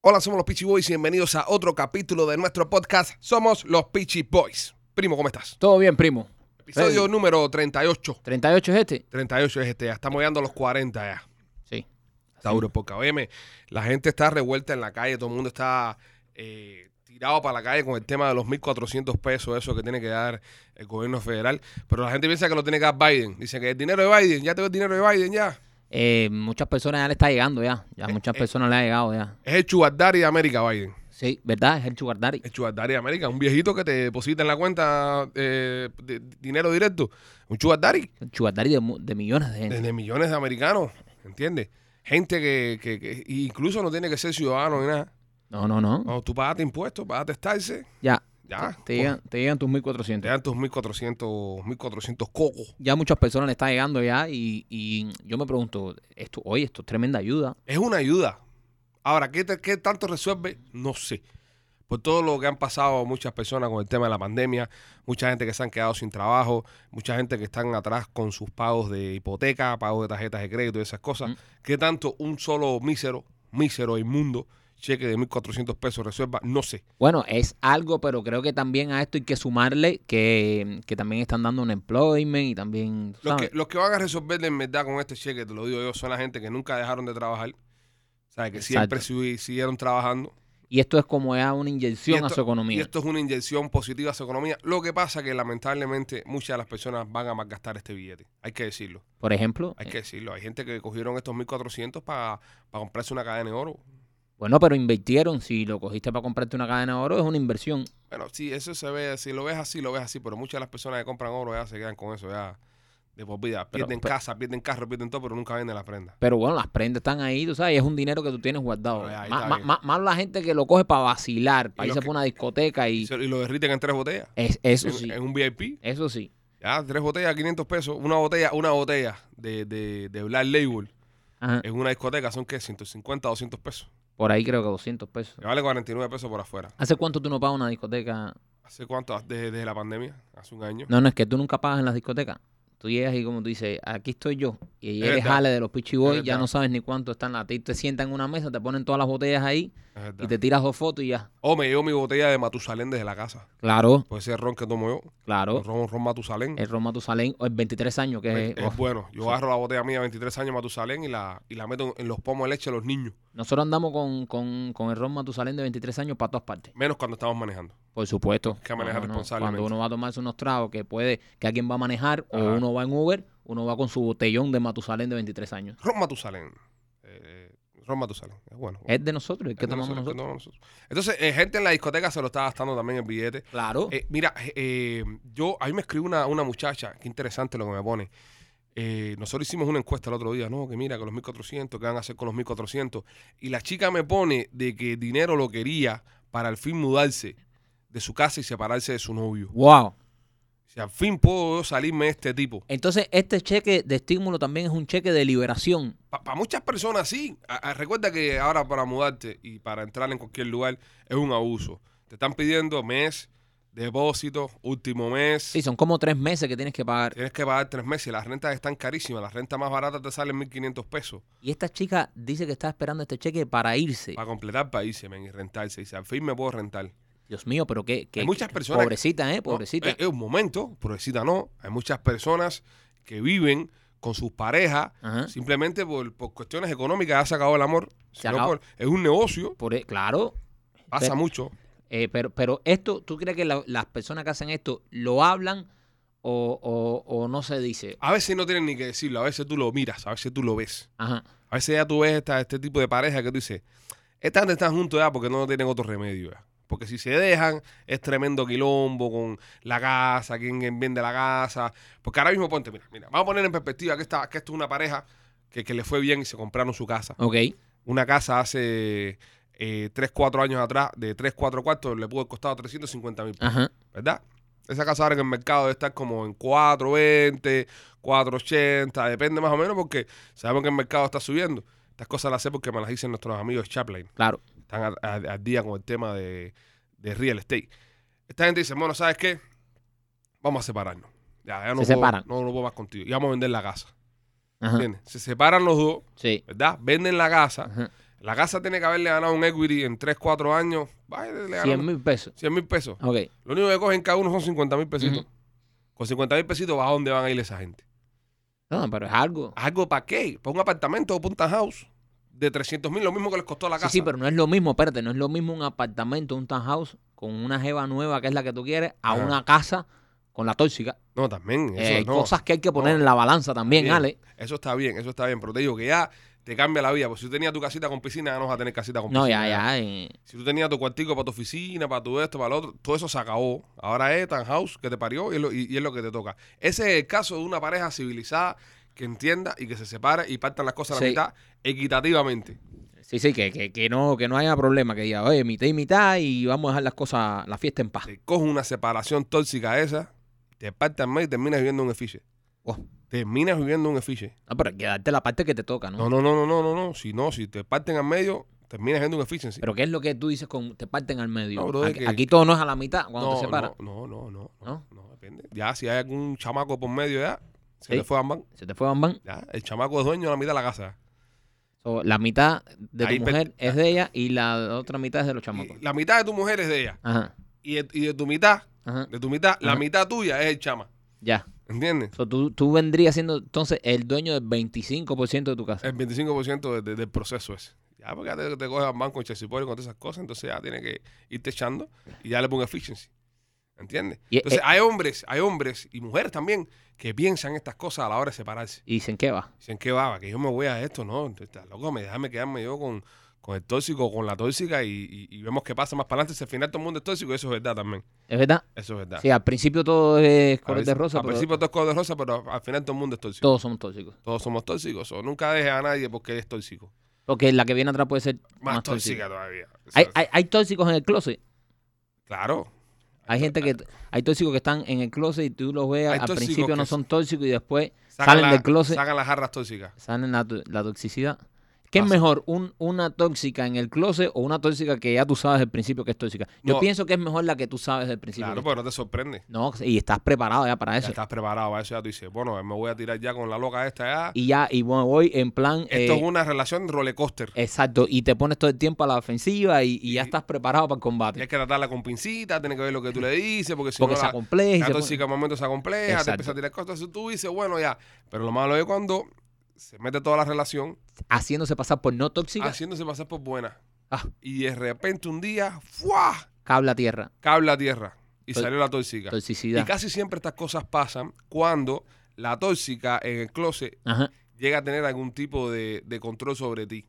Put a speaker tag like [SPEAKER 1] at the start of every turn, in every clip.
[SPEAKER 1] Hola, somos los Peachy Boys y bienvenidos a otro capítulo de nuestro podcast. Somos los Peachy Boys. Primo, ¿cómo estás?
[SPEAKER 2] Todo bien, primo.
[SPEAKER 1] Episodio
[SPEAKER 2] Hey,
[SPEAKER 1] número 38.
[SPEAKER 2] 38 es este.
[SPEAKER 1] 38 es este, ya estamos llegando a los 40 ya.
[SPEAKER 2] Sí.
[SPEAKER 1] Está duro, porque óyeme, la gente está revuelta en la calle, todo el mundo está eh, tirado para la calle con el tema de los 1.400 pesos, eso que tiene que dar el gobierno federal. Pero la gente piensa que lo tiene que dar Biden. Dice que el dinero de Biden, ya tengo el dinero de Biden, ya.
[SPEAKER 2] Eh, muchas personas ya le está llegando ya.
[SPEAKER 1] Eh,
[SPEAKER 2] Ya muchas personas le ha llegado ya.
[SPEAKER 1] Es el Chubardari de América, Biden.
[SPEAKER 2] Sí, ¿verdad? Es el Sugar Daddy.
[SPEAKER 1] El Chubardari de América, un viejito que te deposita en la cuenta eh, de- de- dinero directo. Un Chubardari
[SPEAKER 2] El Sugar Daddy de, mu- de millones de gente.
[SPEAKER 1] desde millones de americanos, ¿entiendes? Gente que, que, que incluso no tiene que ser ciudadano ni nada.
[SPEAKER 2] No, no, no.
[SPEAKER 1] No, Ah, tú pagaste impuestos, pagaste taxes,
[SPEAKER 2] Ya.
[SPEAKER 1] ya.
[SPEAKER 2] Te
[SPEAKER 1] coge.
[SPEAKER 2] llegan, te llegan tus 1400.
[SPEAKER 1] Te dan tus 1400, 1400 cocos.
[SPEAKER 2] Ya muchas personas le está llegando ya y, y yo me pregunto, esto, oye, esto es tremenda ayuda.
[SPEAKER 1] Es una ayuda. Ahora, ¿qué, te- ¿qué tanto resuelve? No sé. Por todo lo que han pasado muchas personas con el tema de la pandemia, mucha gente que se han quedado sin trabajo, mucha gente que están atrás con sus pagos de hipoteca, pagos de tarjetas de crédito y esas cosas.
[SPEAKER 2] Mm.
[SPEAKER 1] ¿Qué tanto un solo mísero, mísero inmundo, cheque de 1.400 pesos resuelva? No sé.
[SPEAKER 2] Bueno, es algo, pero creo que también a esto hay que sumarle que, que también están dando un employment y también, tú
[SPEAKER 1] Los
[SPEAKER 2] ¿sabes?
[SPEAKER 1] que, los que van a resolver en verdad con este cheque, te lo digo yo, son la gente que nunca dejaron de trabajar. O sea, que siempre
[SPEAKER 2] Exacto.
[SPEAKER 1] sigui- siguieron trabajando.
[SPEAKER 2] Y esto es como ya una
[SPEAKER 1] Y
[SPEAKER 2] inyección a
[SPEAKER 1] esto-
[SPEAKER 2] su
[SPEAKER 1] Y
[SPEAKER 2] economía.
[SPEAKER 1] esto es una inyección positiva a su economía. Lo que pasa que lamentablemente muchas de las personas van a malgastar este billete. Hay que decirlo.
[SPEAKER 2] Por ejemplo,
[SPEAKER 1] Hay que decirlo. Hay gente que cogieron estos 1.400 para comprarse una cadena de oro.
[SPEAKER 2] Bueno, pero invirtieron. Si lo cogiste para comprarte una cadena de oro, es una inversión.
[SPEAKER 1] Bueno, sí, eso se ve. Si lo ves así, lo ves así. Pero muchas de las personas que compran oro ya se quedan con eso ya de por vida.
[SPEAKER 2] Pero- pues
[SPEAKER 1] Pierden
[SPEAKER 2] pero-
[SPEAKER 1] casa, pierden carro, pierden todo, pero nunca venden la prenda.
[SPEAKER 2] Pero bueno, las prendas están ahí, tú sabes, y es un dinero que tú tienes guardado.
[SPEAKER 1] Ahí está
[SPEAKER 2] Más,
[SPEAKER 1] bien.
[SPEAKER 2] más- más- más la gente que lo coge para vacilar, para
[SPEAKER 1] Y
[SPEAKER 2] irse
[SPEAKER 1] los
[SPEAKER 2] a
[SPEAKER 1] que-
[SPEAKER 2] una discoteca
[SPEAKER 1] Y,
[SPEAKER 2] y...
[SPEAKER 1] se- y lo derriten en tres botellas.
[SPEAKER 2] Es, eso
[SPEAKER 1] en,
[SPEAKER 2] sí,
[SPEAKER 1] en un VIP.
[SPEAKER 2] eso sí.
[SPEAKER 1] Ya, tres botellas, 500 pesos. Una botella, una botella de, de, de Black Label
[SPEAKER 2] Ajá.
[SPEAKER 1] en una discoteca son, ¿qué? 150, 200 pesos.
[SPEAKER 2] Por ahí creo que 200 pesos.
[SPEAKER 1] Que vale 49 pesos por afuera.
[SPEAKER 2] ¿Hace cuánto tú no pagas una discoteca?
[SPEAKER 1] ¿Hace cuánto? Ah, Desde, desde la pandemia, hace un año.
[SPEAKER 2] No, no, es que tú nunca pagas en las discotecas. Tú llegas y como tú dices, aquí estoy yo. Y
[SPEAKER 1] Es
[SPEAKER 2] eres
[SPEAKER 1] verdad.
[SPEAKER 2] jale de los Pichi
[SPEAKER 1] Es
[SPEAKER 2] Boys, ya
[SPEAKER 1] verdad.
[SPEAKER 2] no sabes ni cuánto están. A ti te sientan en una mesa, te ponen todas las botellas ahí
[SPEAKER 1] es verdad.
[SPEAKER 2] y te tiras dos fotos y ya.
[SPEAKER 1] O me llevo mi botella de Matusalén desde la casa.
[SPEAKER 2] Claro,
[SPEAKER 1] Pues ese ron que tomo yo,
[SPEAKER 2] claro.
[SPEAKER 1] el ron, ron Matusalén,
[SPEAKER 2] El Roma Tusalén, o el 23 años, Oh. Eh, que
[SPEAKER 1] es,
[SPEAKER 2] es,
[SPEAKER 1] es
[SPEAKER 2] oh, uf.
[SPEAKER 1] bueno. Yo agarro la botella mía, 23 años Matusalén, y la, y la meto en los pomos de leche de los niños.
[SPEAKER 2] Nosotros andamos con, con, con el Roma Tusalén de 23 años para todas partes.
[SPEAKER 1] Menos cuando estamos manejando.
[SPEAKER 2] Por supuesto.
[SPEAKER 1] que manejar responsablemente.
[SPEAKER 2] Cuando uno va a tomarse unos tragos, que puede, que alguien va a manejar,
[SPEAKER 1] Ajá.
[SPEAKER 2] o uno va en Uber, uno va con su botellón de Matusalén de 23 años.
[SPEAKER 1] Ron Matusalén. Eh, ron Matusalén. Es bueno.
[SPEAKER 2] Es de nosotros, el que
[SPEAKER 1] Es de
[SPEAKER 2] Eh, tomamos
[SPEAKER 1] nosotros,
[SPEAKER 2] nosotros.
[SPEAKER 1] que tomamos nosotros. Entonces, eh, gente en la discoteca se lo está gastando también el billete.
[SPEAKER 2] Claro.
[SPEAKER 1] Eh, mira, eh, eh, yo, a mí me escribe una, una muchacha, qué interesante lo que me pone. Eh, nosotros hicimos una encuesta el otro día, ¿no? Que mira, que los 1400, ¿qué van a hacer con los 1400? Y la chica me pone de que el dinero lo quería para al fin mudarse de su casa y separarse de su novio.
[SPEAKER 2] Wow.
[SPEAKER 1] Si al fin puedo yo salirme de este tipo.
[SPEAKER 2] Entonces, este cheque de estímulo también es un cheque de liberación.
[SPEAKER 1] Para muchas personas sí. A- a- recuerda que ahora para mudarte y para entrar en cualquier lugar es un abuso. Te están pidiendo mes, depósito, último mes.
[SPEAKER 2] Sí, son como tres meses que tienes que pagar.
[SPEAKER 1] Tienes que pagar tres meses. Las rentas están carísimas. La renta más barata te sale en 1.500 pesos
[SPEAKER 2] Y esta chica dice que está esperando este cheque para irse.
[SPEAKER 1] para completar países men, y rentarse. Dice, al fin me puedo rentar.
[SPEAKER 2] Dios mío, pero qué, qué
[SPEAKER 1] Hay muchas
[SPEAKER 2] qué-
[SPEAKER 1] personas que-
[SPEAKER 2] Pobrecita, ¿eh?
[SPEAKER 1] No,
[SPEAKER 2] Pobrecita.
[SPEAKER 1] eh, eh, un momento, pobrecita no. Hay muchas personas que viven con sus parejas
[SPEAKER 2] Ajá.
[SPEAKER 1] simplemente por, por cuestiones económicas. Ya se acabó el amor.
[SPEAKER 2] Ah. Se
[SPEAKER 1] sino
[SPEAKER 2] acabó.
[SPEAKER 1] por- es un negocio.
[SPEAKER 2] Por- e, claro,
[SPEAKER 1] Pasa
[SPEAKER 2] Pero-
[SPEAKER 1] mucho.
[SPEAKER 2] Eh, pero, pero esto, ¿tú crees que la- las personas que hacen esto lo hablan o, o- o no se dice?
[SPEAKER 1] A veces no tienen ni que decirlo. A veces tú lo miras. A veces tú lo ves.
[SPEAKER 2] Ajá.
[SPEAKER 1] A veces ya tú ves esta- este tipo de pareja que tú dices, esta gente están juntos ya porque no tienen otro remedio ya. Porque si se dejan, es tremendo quilombo con la casa, quién quién vende la casa. Porque ahora mismo ponte, mira, mira, vamos a poner en perspectiva que, esta, que esto es una pareja que, que le fue bien y se compraron su casa.
[SPEAKER 2] Ok.
[SPEAKER 1] Una casa hace 3, 4 años atrás, de 3, 4 cuartos, le pudo haber costado 350 mil
[SPEAKER 2] Ajá.
[SPEAKER 1] ¿verdad? Esa casa ahora en el mercado debe estar como en 420, 480, depende más o menos porque sabemos que el mercado está subiendo. Estas cosas las sé porque me las dicen nuestros amigos Chaplin.
[SPEAKER 2] Claro.
[SPEAKER 1] Están al- al al día con el tema de, de real estate. Esta gente dice, bueno, ¿sabes qué? Vamos a separarnos. Ya, ya no,
[SPEAKER 2] Se
[SPEAKER 1] puedo-
[SPEAKER 2] separan. Ah.
[SPEAKER 1] no, no puedo más contigo. Y vamos a vender la casa.
[SPEAKER 2] Ajá.
[SPEAKER 1] ¿Entiendes? Se separan los dos,
[SPEAKER 2] Sí.
[SPEAKER 1] ¿verdad? Venden la casa.
[SPEAKER 2] Ajá.
[SPEAKER 1] La casa tiene que haberle ganado un equity en 3, 4 años. Vaya, le ganaron
[SPEAKER 2] 100 mil pesos.
[SPEAKER 1] 100 mil pesos.
[SPEAKER 2] Ok.
[SPEAKER 1] Lo único que cogen cada uno son 50 mil pesitos.
[SPEAKER 2] Ujú.
[SPEAKER 1] Con 50 mil pesitos, ¿a dónde van a ir esa gente?
[SPEAKER 2] No, pero es algo.
[SPEAKER 1] ¿Algo para qué? ¿Para un apartamento o para un townhouse? De 300 mil, lo mismo que les costó la
[SPEAKER 2] Sí,
[SPEAKER 1] casa.
[SPEAKER 2] sí, pero no es lo mismo, espérate, no es lo mismo un apartamento, un townhouse con una jeva nueva que es la que tú quieres, a
[SPEAKER 1] Ajá.
[SPEAKER 2] una casa con la tóxica.
[SPEAKER 1] No, también.
[SPEAKER 2] Eh,
[SPEAKER 1] Eso,
[SPEAKER 2] hay
[SPEAKER 1] no,
[SPEAKER 2] cosas que hay que poner
[SPEAKER 1] no.
[SPEAKER 2] en la balanza también,
[SPEAKER 1] Bien,
[SPEAKER 2] Ale.
[SPEAKER 1] Eso está bien, eso está bien. Pero te digo que ya te cambia la vida. Porque si tú tenías tu casita con piscina, ya no vas a tener casita con
[SPEAKER 2] No,
[SPEAKER 1] piscina.
[SPEAKER 2] ya, ya. eh,
[SPEAKER 1] Si tú tenías tu cuartico para tu oficina, para tu esto, para lo otro, todo eso se acabó. Ahora es tan house que te parió y es, lo, y- y es lo que te toca. Ese es el caso de una pareja civilizada que entienda y que se separe y partan las cosas a la
[SPEAKER 2] Sí.
[SPEAKER 1] mitad equitativamente.
[SPEAKER 2] Sí, sí, que, que, que no, que no haya problema, que diga, oye, mitad y mitad y vamos a dejar las cosas, la fiesta en paz.
[SPEAKER 1] Te coges una separación tóxica esa, te partan más y terminas viviendo en un efiche.
[SPEAKER 2] Oh,
[SPEAKER 1] Terminas viviendo en un efiche.
[SPEAKER 2] no, Ah, pero hay que darte la parte que te toca, ¿no?
[SPEAKER 1] No, no, no, no, no, no, no. Si no, si te parten al medio, terminas viendo un efficiency.
[SPEAKER 2] Pero ¿qué es lo que tú dices con te parten al medio?
[SPEAKER 1] No, brother,
[SPEAKER 2] aquí,
[SPEAKER 1] que-
[SPEAKER 2] aquí todo no es a la mitad cuando
[SPEAKER 1] no,
[SPEAKER 2] te separas.
[SPEAKER 1] no, no, no, no,
[SPEAKER 2] ¿No?
[SPEAKER 1] no, no, depende. Ya, si hay algún chamaco por medio ya, se
[SPEAKER 2] Sí.
[SPEAKER 1] le fue a Bambán.
[SPEAKER 2] Se te fue Bam Bam.
[SPEAKER 1] Ya, el chamaco es dueño de la mitad de la casa.
[SPEAKER 2] So, la mitad de tu
[SPEAKER 1] Ahí per-
[SPEAKER 2] mujer es de ella y la otra mitad es de los chamacos.
[SPEAKER 1] Y la mitad de tu mujer es de ella.
[SPEAKER 2] Ajá,
[SPEAKER 1] Y de, y de tu mitad,
[SPEAKER 2] ajá,
[SPEAKER 1] de tu mitad, la
[SPEAKER 2] Ajá.
[SPEAKER 1] mitad tuya es el chama.
[SPEAKER 2] ya.
[SPEAKER 1] ¿Entiendes?
[SPEAKER 2] So, tú, tú vendrías siendo entonces el dueño del 25% de tu casa.
[SPEAKER 1] El 25% de- de- del proceso es. Ya, porque ya te, te coges Bambán con Chesipor y con todas esas cosas, entonces ya tiene que irte echando y ya le pongo efficiency. ¿Entiendes?
[SPEAKER 2] Y-
[SPEAKER 1] Entonces
[SPEAKER 2] eh-
[SPEAKER 1] hay hombres, hay hombres y mujeres también que piensan estas cosas a la hora de separarse.
[SPEAKER 2] Y dicen, ¿qué va?
[SPEAKER 1] Dicen que baba, que yo me voy a esto, no, tú estás loco, me déjame quedarme yo con, con el tóxico, con la tóxica y, y- y vemos qué pasa más para adelante. Si al final todo el mundo es tóxico, eso es verdad también.
[SPEAKER 2] ¿Es verdad?
[SPEAKER 1] Eso es verdad.
[SPEAKER 2] Sí, al principio todo es
[SPEAKER 1] Al
[SPEAKER 2] color de rosa,
[SPEAKER 1] Al
[SPEAKER 2] pero
[SPEAKER 1] principio todo es color de rosa, pero al final todo el mundo es tóxico.
[SPEAKER 2] todos somos tóxicos.
[SPEAKER 1] Todos somos tóxicos. o nunca dejes a nadie porque es tóxico.
[SPEAKER 2] Porque la que viene atrás puede ser
[SPEAKER 1] Más,
[SPEAKER 2] más,
[SPEAKER 1] tóxica,
[SPEAKER 2] tóxica.
[SPEAKER 1] todavía. O sea,
[SPEAKER 2] Hay, hay, hay tóxicos en el closet.
[SPEAKER 1] claro.
[SPEAKER 2] Hay gente que hay tóxicos que están en el closet y tú los ves
[SPEAKER 1] Hay
[SPEAKER 2] al
[SPEAKER 1] tóxicos
[SPEAKER 2] principio no
[SPEAKER 1] que-
[SPEAKER 2] son tóxicos y después
[SPEAKER 1] Sacan
[SPEAKER 2] salen
[SPEAKER 1] la-
[SPEAKER 2] del closet.
[SPEAKER 1] Sacan las jarras tóxicas.
[SPEAKER 2] salen la, to- la toxicidad. ¿Qué es
[SPEAKER 1] Pasa.
[SPEAKER 2] mejor, un, una tóxica en el closet o una tóxica que ya tú sabes del principio que es tóxica? Yo
[SPEAKER 1] No.
[SPEAKER 2] pienso que es mejor la que tú sabes del principio.
[SPEAKER 1] claro,
[SPEAKER 2] que-
[SPEAKER 1] porque no te sorprende.
[SPEAKER 2] No, y estás preparado ya para
[SPEAKER 1] Ya
[SPEAKER 2] eso.
[SPEAKER 1] estás preparado para eso. Ya tú dices, bueno, me voy a tirar ya con la loca esta ya.
[SPEAKER 2] y ya, y bueno, voy en plan...
[SPEAKER 1] Esto
[SPEAKER 2] eh,
[SPEAKER 1] es una relación rollercoaster.
[SPEAKER 2] Exacto, y te pones todo el tiempo a la ofensiva y, y ya
[SPEAKER 1] Y-
[SPEAKER 2] estás preparado para
[SPEAKER 1] Y
[SPEAKER 2] el
[SPEAKER 1] hay
[SPEAKER 2] combate.
[SPEAKER 1] que tratarla con pincita, tienes que ver lo que tú le dices, porque si
[SPEAKER 2] Porque
[SPEAKER 1] no
[SPEAKER 2] se
[SPEAKER 1] la,
[SPEAKER 2] acompleja. y
[SPEAKER 1] la
[SPEAKER 2] se pone-
[SPEAKER 1] tóxica al momento se acompleja, te
[SPEAKER 2] Exacto.
[SPEAKER 1] empieza a tirar cosas, entonces tú dices, bueno, ya. Pero lo malo es cuando se mete toda la relación
[SPEAKER 2] Haciéndose pasar por no tóxica,
[SPEAKER 1] haciéndose pasar por buena.
[SPEAKER 2] Ah.
[SPEAKER 1] Y de repente un día, ¡fua!
[SPEAKER 2] cable a tierra,
[SPEAKER 1] Cable a tierra y
[SPEAKER 2] Tol-
[SPEAKER 1] salió la tóxica. Y
[SPEAKER 2] toxicidad.
[SPEAKER 1] casi siempre estas cosas pasan cuando la tóxica en el closet
[SPEAKER 2] Ajá.
[SPEAKER 1] llega a tener algún tipo de, de control sobre ti.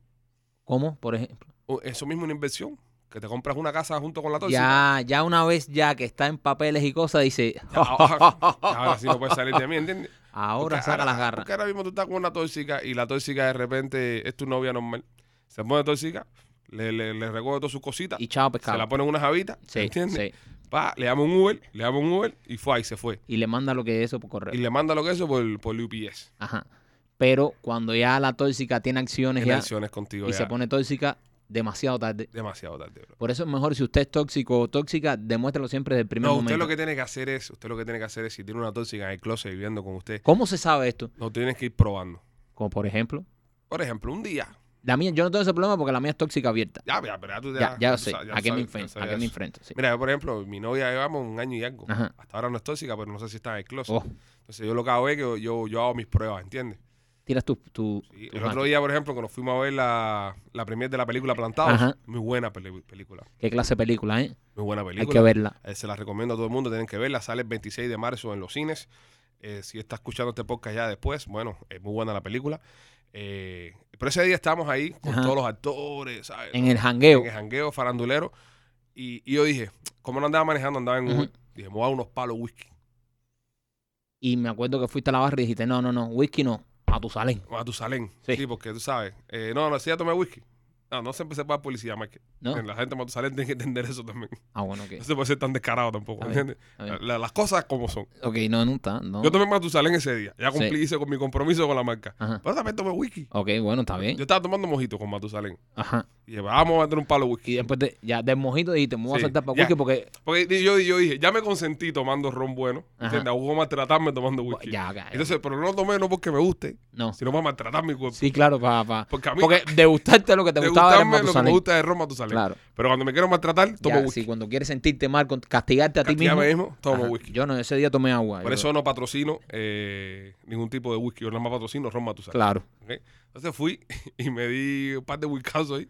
[SPEAKER 2] ¿Cómo? Por ejemplo.
[SPEAKER 1] O eso mismo es una inversión, que te compras una casa junto con la tóxica.
[SPEAKER 2] Ya, ya una vez ya que está en papeles y cosas, dice,
[SPEAKER 1] Ya, ahora, ahora sí no puedes salir de mí, ¿entiendes?
[SPEAKER 2] ahora
[SPEAKER 1] Porque
[SPEAKER 2] saca las garras.
[SPEAKER 1] Porque ahora mismo tú estás con una tóxica y la tóxica de repente es tu novia normal. Se pone tóxica, le, le, le recoge todas sus cositas,
[SPEAKER 2] Y chao pescado.
[SPEAKER 1] se la pone en una javita,
[SPEAKER 2] Sí,
[SPEAKER 1] ¿entiendes?
[SPEAKER 2] sí.
[SPEAKER 1] Pa, le llama un Uber, le llama un Uber y fue ahí, se fue.
[SPEAKER 2] Y le manda lo que es eso por
[SPEAKER 1] Y
[SPEAKER 2] correo.
[SPEAKER 1] le manda lo que eso por, por UPS.
[SPEAKER 2] Ajá. Pero cuando ya la tóxica tiene acciones
[SPEAKER 1] Tiene
[SPEAKER 2] ya
[SPEAKER 1] acciones contigo
[SPEAKER 2] y
[SPEAKER 1] ya.
[SPEAKER 2] se pone tóxica, demasiado tarde.
[SPEAKER 1] demasiado tarde, bro.
[SPEAKER 2] Por eso es mejor si usted es tóxico o tóxica, demuéstralo siempre desde el primer
[SPEAKER 1] No, usted
[SPEAKER 2] momento.
[SPEAKER 1] lo que tiene que hacer es, usted lo que tiene que hacer es, si tiene una tóxica en el closet viviendo con usted,
[SPEAKER 2] ¿Cómo se sabe esto?
[SPEAKER 1] no tienes que ir probando.
[SPEAKER 2] Como por ejemplo,
[SPEAKER 1] Por ejemplo, un día,
[SPEAKER 2] la mía, yo no tengo ese problema porque la mía es tóxica abierta.
[SPEAKER 1] ya, ya, pero ya tú te
[SPEAKER 2] Ya,
[SPEAKER 1] das-
[SPEAKER 2] ya lo
[SPEAKER 1] tú
[SPEAKER 2] sé.
[SPEAKER 1] sa- ya
[SPEAKER 2] ¿A qué me
[SPEAKER 1] sabes-
[SPEAKER 2] enfrento?
[SPEAKER 1] ya
[SPEAKER 2] ¿A qué me
[SPEAKER 1] sabes.
[SPEAKER 2] enfrento? Sí.
[SPEAKER 1] Mira, yo, por ejemplo, mi novia llevamos un año y algo.
[SPEAKER 2] Ajá.
[SPEAKER 1] Hasta ahora no es tóxica, pero no sé si está en el closet.
[SPEAKER 2] Oh,
[SPEAKER 1] Entonces yo lo que hago es que yo, yo, yo hago mis pruebas, ¿entiendes?
[SPEAKER 2] tiras tu... tu
[SPEAKER 1] Sí.
[SPEAKER 2] tus
[SPEAKER 1] El otro
[SPEAKER 2] manos.
[SPEAKER 1] día, por ejemplo, cuando fuimos a ver la, la premier de la película Plantados,
[SPEAKER 2] Ajá.
[SPEAKER 1] muy buena peli- película,
[SPEAKER 2] Qué clase de película, ¿eh?
[SPEAKER 1] muy buena
[SPEAKER 2] Hay que
[SPEAKER 1] película.
[SPEAKER 2] verla.
[SPEAKER 1] Eh, se la recomiendo a todo el mundo, tienen que verla, sale el 26 de marzo en los cines. Eh, si está escuchando este podcast ya después, bueno, es muy buena la película. Eh, pero ese día estábamos ahí con
[SPEAKER 2] Ajá.
[SPEAKER 1] todos los actores, ¿sabes?
[SPEAKER 2] En el jangueo.
[SPEAKER 1] en el jangueo farandulero. Y, y yo dije, como no andaba manejando, andaba en
[SPEAKER 2] Ujú.
[SPEAKER 1] Uber, dije, me voy a dar unos palos de whisky.
[SPEAKER 2] Y me acuerdo que fuiste a la barra y dijiste, no, no, no, whisky no, a tu salén.
[SPEAKER 1] A tu salén.
[SPEAKER 2] Sí.
[SPEAKER 1] Sí. porque tú sabes. Eh, no, no, si ya tomé whisky. No, no siempre se puede publicidad, Mike.
[SPEAKER 2] ¿No?
[SPEAKER 1] La gente de Matusalén tiene que entender eso también.
[SPEAKER 2] Ah, bueno, ok.
[SPEAKER 1] No se puede ser tan descarado tampoco,
[SPEAKER 2] Está bien,
[SPEAKER 1] ¿entiendes?
[SPEAKER 2] está bien.
[SPEAKER 1] La- las cosas como son.
[SPEAKER 2] Ok, no, no está. No.
[SPEAKER 1] Yo tomé Matusalén ese día. Ya
[SPEAKER 2] Sí.
[SPEAKER 1] cumplí hice con mi compromiso con la marca.
[SPEAKER 2] Ajá.
[SPEAKER 1] Pero también tomé whisky.
[SPEAKER 2] Ok, bueno, está bien.
[SPEAKER 1] Yo estaba tomando mojito con Matusalén.
[SPEAKER 2] Ajá.
[SPEAKER 1] Y dije, vamos a tener un palo de
[SPEAKER 2] Y
[SPEAKER 1] whisky.
[SPEAKER 2] después de, ya del mojito dijiste, me voy a
[SPEAKER 1] Sí,
[SPEAKER 2] saltar para
[SPEAKER 1] ya.
[SPEAKER 2] whisky porque.
[SPEAKER 1] Porque di- yo, yo dije, ya me consentí tomando ron bueno.
[SPEAKER 2] Ajá.
[SPEAKER 1] ¿Entiendes? Hubo maltratarme tomando whisky.
[SPEAKER 2] Ya, ya, ya.
[SPEAKER 1] Entonces, pero no tomé no porque me guste,
[SPEAKER 2] no.
[SPEAKER 1] sino para maltratar mi cuerpo.
[SPEAKER 2] Sí, claro, para.
[SPEAKER 1] Porque a mí-
[SPEAKER 2] Porque degustarte lo que te
[SPEAKER 1] Degustarte
[SPEAKER 2] gusta gustaba
[SPEAKER 1] gustarme,
[SPEAKER 2] era
[SPEAKER 1] lo que me
[SPEAKER 2] Matusalén.
[SPEAKER 1] gusta de Roma Matusalén.
[SPEAKER 2] Claro.
[SPEAKER 1] Pero cuando me quiero maltratar, tomo
[SPEAKER 2] Ya,
[SPEAKER 1] whisky.
[SPEAKER 2] Si cuando quieres sentirte mal, con- castigarte a ti
[SPEAKER 1] Castigame
[SPEAKER 2] mismo.
[SPEAKER 1] mismo, tomo
[SPEAKER 2] Ajá.
[SPEAKER 1] whisky.
[SPEAKER 2] Yo no, ese día tomé agua.
[SPEAKER 1] Por
[SPEAKER 2] yo-
[SPEAKER 1] eso no patrocino eh, ningún tipo de whisky. Yo nada más patrocino Ron Matusalén.
[SPEAKER 2] Claro.
[SPEAKER 1] ¿ok? Entonces fui y me di un par de whiskazos ahí.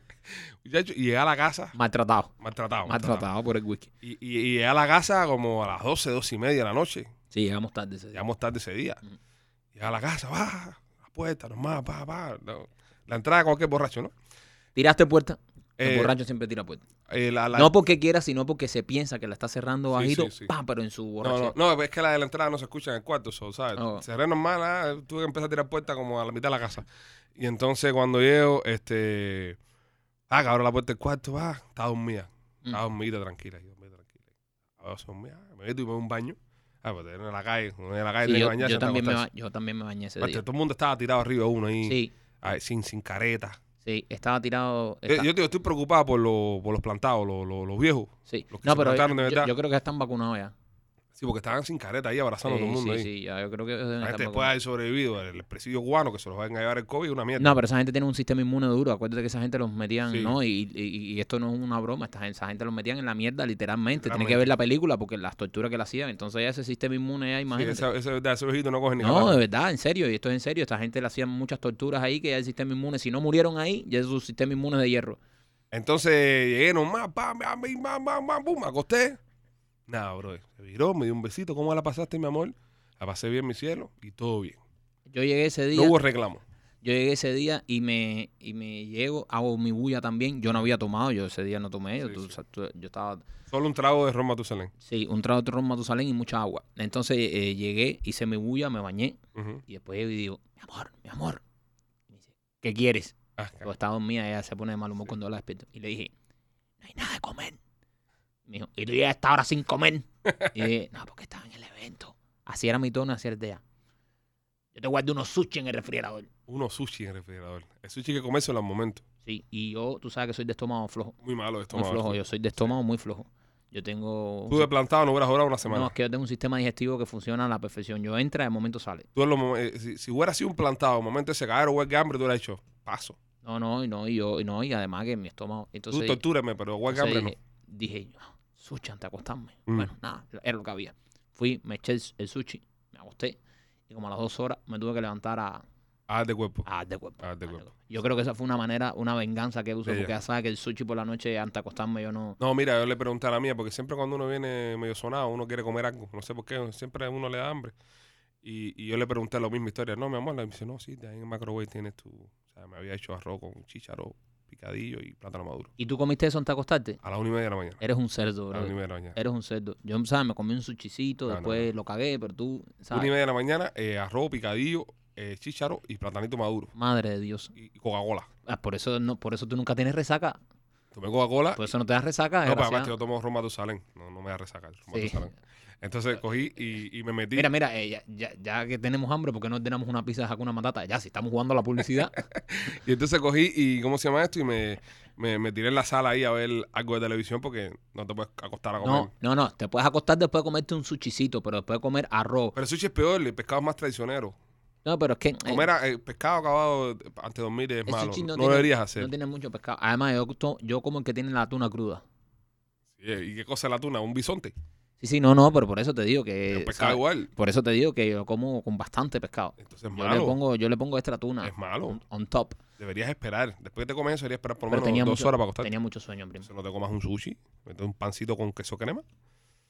[SPEAKER 1] muchacho, y llegué a la casa
[SPEAKER 2] Maltratado.
[SPEAKER 1] maltratado.
[SPEAKER 2] Maltratado por el whisky.
[SPEAKER 1] Y, y- y llegué a la casa como a las 12, 12 y media de la noche.
[SPEAKER 2] Sí, llegamos tarde ese día.
[SPEAKER 1] Llegamos tarde ese día.
[SPEAKER 2] Mm.
[SPEAKER 1] Llegué a la casa, va, la puerta, normal, va, va. no. La entrada de cualquier borracho, ¿no?
[SPEAKER 2] ¿Tiraste puerta?
[SPEAKER 1] Eh,
[SPEAKER 2] el borracho siempre tira puerta.
[SPEAKER 1] eh, la- la-
[SPEAKER 2] No porque quiera, sino porque se piensa que la está cerrando
[SPEAKER 1] Sí,
[SPEAKER 2] bajito,
[SPEAKER 1] sí, sí.
[SPEAKER 2] ¡pam! pero en su
[SPEAKER 1] no,
[SPEAKER 2] borracho.
[SPEAKER 1] no, no, es que la de la entrada no se escucha en el cuarto, so, ¿sabes?
[SPEAKER 2] Oh.
[SPEAKER 1] Cerré normal, ah, tuve que empezar a tirar puertas como a la mitad de la casa. Y entonces cuando llego, este. Ah, cabrón, la puerta del cuarto, va, está dormida.
[SPEAKER 2] Mm.
[SPEAKER 1] Estaba dormida, tranquila. Yo dormida, tranquila. A ver, se dormía, me meto y me voy a un baño. Ah, pues en la calle, en la calle, tenía
[SPEAKER 2] Sí,
[SPEAKER 1] que
[SPEAKER 2] yo,
[SPEAKER 1] bañarse, tenía que
[SPEAKER 2] yo también me, ba-
[SPEAKER 1] acostarse.
[SPEAKER 2] yo también me bañé ese
[SPEAKER 1] Macho,
[SPEAKER 2] día.
[SPEAKER 1] Todo el mundo estaba tirado arriba uno ahí,
[SPEAKER 2] Sí,
[SPEAKER 1] ay, sin, sin careta.
[SPEAKER 2] sí, estaba tirado.
[SPEAKER 1] Yo,
[SPEAKER 2] está-
[SPEAKER 1] Eh, yo te digo, estoy preocupado por, los- por los plantados, los, los- los viejos.
[SPEAKER 2] sí.
[SPEAKER 1] los que
[SPEAKER 2] No,
[SPEAKER 1] se
[SPEAKER 2] pero
[SPEAKER 1] mataron de
[SPEAKER 2] yo,
[SPEAKER 1] verdad.
[SPEAKER 2] yo creo que están vacunados ya.
[SPEAKER 1] Sí, porque estaban sin careta ahí abrazando a todo el
[SPEAKER 2] sí,
[SPEAKER 1] mundo. ahí.
[SPEAKER 2] sí, sí, ya, yo creo que deben
[SPEAKER 1] La
[SPEAKER 2] estar
[SPEAKER 1] gente después de
[SPEAKER 2] vacunados.
[SPEAKER 1] haber sobrevivido, el presidio cubano que se los van a llevar el COVID, una mierda.
[SPEAKER 2] No, pero esa gente tiene un sistema inmune duro. Acuérdate que esa gente los metían,
[SPEAKER 1] Sí.
[SPEAKER 2] ¿no? Y, y- y esto no es una broma. Esta, gen- esa gente los metían en la mierda, literalmente. Tiene que
[SPEAKER 1] Literalmente.
[SPEAKER 2] ver la película porque las torturas que le hacían. Entonces ya ese sistema inmune ya,
[SPEAKER 1] Sí,
[SPEAKER 2] imagínate.
[SPEAKER 1] esa, esa verdad, ese viejito no coge ni
[SPEAKER 2] No,
[SPEAKER 1] catarro.
[SPEAKER 2] de verdad, en serio, y esto es en serio. Esta gente le hacían muchas torturas ahí que ya el sistema inmune, si no murieron ahí, ya su sistema inmune es de hierro.
[SPEAKER 1] Entonces llegué nomás, pam, pam, pam, pam, pam, pam, pum, me acosté. Nada, bro, se viró, me dio un besito. ¿Cómo la pasaste, mi amor? La pasé bien, mi cielo, y todo bien.
[SPEAKER 2] Yo llegué ese
[SPEAKER 1] No
[SPEAKER 2] día,
[SPEAKER 1] hubo reclamo.
[SPEAKER 2] yo llegué ese día y me, y me llego, hago mi bulla también. Yo no había tomado, yo ese día no tomé,
[SPEAKER 1] Sí,
[SPEAKER 2] tú-
[SPEAKER 1] sí.
[SPEAKER 2] o sea, tú- yo estaba,
[SPEAKER 1] Solo un trago de Roma Tusalén.
[SPEAKER 2] sí, un trago de ron matusalén y mucha agua. Entonces eh, llegué, hice mi bulla, me bañé
[SPEAKER 1] Ujú.
[SPEAKER 2] y después yo digo, mi amor, mi amor. Y me dice, ¿qué quieres?
[SPEAKER 1] Ah,
[SPEAKER 2] Yo estaba dormida, ella se pone de mal humor cuando la despierto. Y le dije, no hay nada de comer. Me dijo, y tú llegas hasta ahora sin comer. Y dije, no, porque estaba en el evento. Así era mi tono, así era el de ella. Yo te guardé unos sushi en el refrigerador.
[SPEAKER 1] uno sushi en el refrigerador. El sushi que comerse en los momentos.
[SPEAKER 2] Sí, y yo, tú sabes que soy de estómago flojo.
[SPEAKER 1] Muy malo esto.
[SPEAKER 2] Muy flojo, yo soy de estómago muy flojo. Yo tengo... un
[SPEAKER 1] Tú de plantado no hubieras durado una
[SPEAKER 2] si-
[SPEAKER 1] semana.
[SPEAKER 2] no, es que yo tengo un sistema digestivo que funciona a la perfección. Yo entra, de momento sale.
[SPEAKER 1] Tú en los mom- eh, si, si hubiera sido un plantado, en el momento ese caer o huelga hambre, tú hubieras hecho paso.
[SPEAKER 2] No, no, y no, y yo, y no, y además que mi estómago... Entonces,
[SPEAKER 1] tú tortúrame, pero huelga hambre
[SPEAKER 2] Entonces eh,
[SPEAKER 1] no.
[SPEAKER 2] dije, dije, "Ah, sushi antes de acostarme.
[SPEAKER 1] Mm.
[SPEAKER 2] Bueno, nada, era lo que había. Fui, me eché el, el sushi, me acosté y como a las dos horas me tuve que levantar a,
[SPEAKER 1] Ah, de cuerpo.
[SPEAKER 2] a dar de cuerpo.
[SPEAKER 1] A dar de
[SPEAKER 2] a dar de
[SPEAKER 1] cuerpo.
[SPEAKER 2] Yo creo que esa fue una manera, una venganza que uso,
[SPEAKER 1] Sí,
[SPEAKER 2] porque
[SPEAKER 1] ya.
[SPEAKER 2] ya sabes que el sushi por la noche antes de acostarme yo no...
[SPEAKER 1] No, mira, yo le pregunté a la mía, porque siempre cuando uno viene medio sonado, uno quiere comer algo. No sé por qué, siempre a uno le da hambre. Y, y yo le pregunté la misma historia. No, mi amor, le dice, no, sí, ahí en el microwave tienes tu... O sea, me había hecho arroz con chícharo, picadillo y plátano maduro.
[SPEAKER 2] ¿Y tú comiste eso antes de acostarte?
[SPEAKER 1] A las una y media de la mañana.
[SPEAKER 2] Eres un cerdo,
[SPEAKER 1] A
[SPEAKER 2] bro.
[SPEAKER 1] las una y media de la mañana.
[SPEAKER 2] Eres un cerdo. Yo, ¿sabes? Me comí un sushicito,
[SPEAKER 1] No, no,
[SPEAKER 2] después lo cagué, pero tú, ¿sabes?
[SPEAKER 1] Una y media de la mañana, eh, arroz, picadillo, eh, chícharo y platanito maduro.
[SPEAKER 2] Madre de Dios.
[SPEAKER 1] Y, y Coca-Cola.
[SPEAKER 2] Ah, por eso no, por eso tú nunca tienes resaca.
[SPEAKER 1] Tomé Coca-Cola.
[SPEAKER 2] Por eso no te das resaca,
[SPEAKER 1] Ah, no, pero
[SPEAKER 2] desgraciado.
[SPEAKER 1] aparte yo tomo Roma Tusalén. No, no me da resacar. Roma
[SPEAKER 2] Sí.
[SPEAKER 1] Tusalén. Entonces cogí y, y me metí.
[SPEAKER 2] Mira, mira, eh, ya, ya- ya que tenemos hambre, ¿por qué no ordenamos una pizza de Hakuna Matata? Ya, si estamos jugando a la publicidad.
[SPEAKER 1] Y entonces cogí y, ¿cómo se llama esto? Y me, me, me tiré en la sala ahí a ver algo de televisión porque no te puedes acostar a comer.
[SPEAKER 2] no, no, no. Te puedes acostar después de comerte un sushicito, pero después de comer arroz.
[SPEAKER 1] Pero el sushi es peor, el pescado es más traicionero.
[SPEAKER 2] No, pero es que. eh,
[SPEAKER 1] Comer a- eh, pescado acabado eh, antes de dormir es
[SPEAKER 2] el
[SPEAKER 1] malo.
[SPEAKER 2] sushi
[SPEAKER 1] No,
[SPEAKER 2] tiene-
[SPEAKER 1] deberías hacer.
[SPEAKER 2] No tiene mucho pescado. Además, yo, to- yo como el que tiene la tuna cruda.
[SPEAKER 1] Eh, ¿Y qué cosa es la tuna? ¿Un bisonte?
[SPEAKER 2] Sí, sí, no, no, pero por eso te digo que.
[SPEAKER 1] el pescado
[SPEAKER 2] ¿sabes?
[SPEAKER 1] igual.
[SPEAKER 2] Por eso te digo que yo como con bastante pescado.
[SPEAKER 1] Entonces es
[SPEAKER 2] Yo le,
[SPEAKER 1] malo.
[SPEAKER 2] pongo, yo le pongo extra tuna.
[SPEAKER 1] Es malo.
[SPEAKER 2] On, on top.
[SPEAKER 1] Deberías esperar. Después que te comes eso, deberías esperar por lo
[SPEAKER 2] Pero
[SPEAKER 1] menos
[SPEAKER 2] tenía
[SPEAKER 1] dos
[SPEAKER 2] mucho,
[SPEAKER 1] horas para acostarte.
[SPEAKER 2] tenía mucho sueño, primo.
[SPEAKER 1] Entonces no te comas un sushi. Entonces un pancito con queso crema.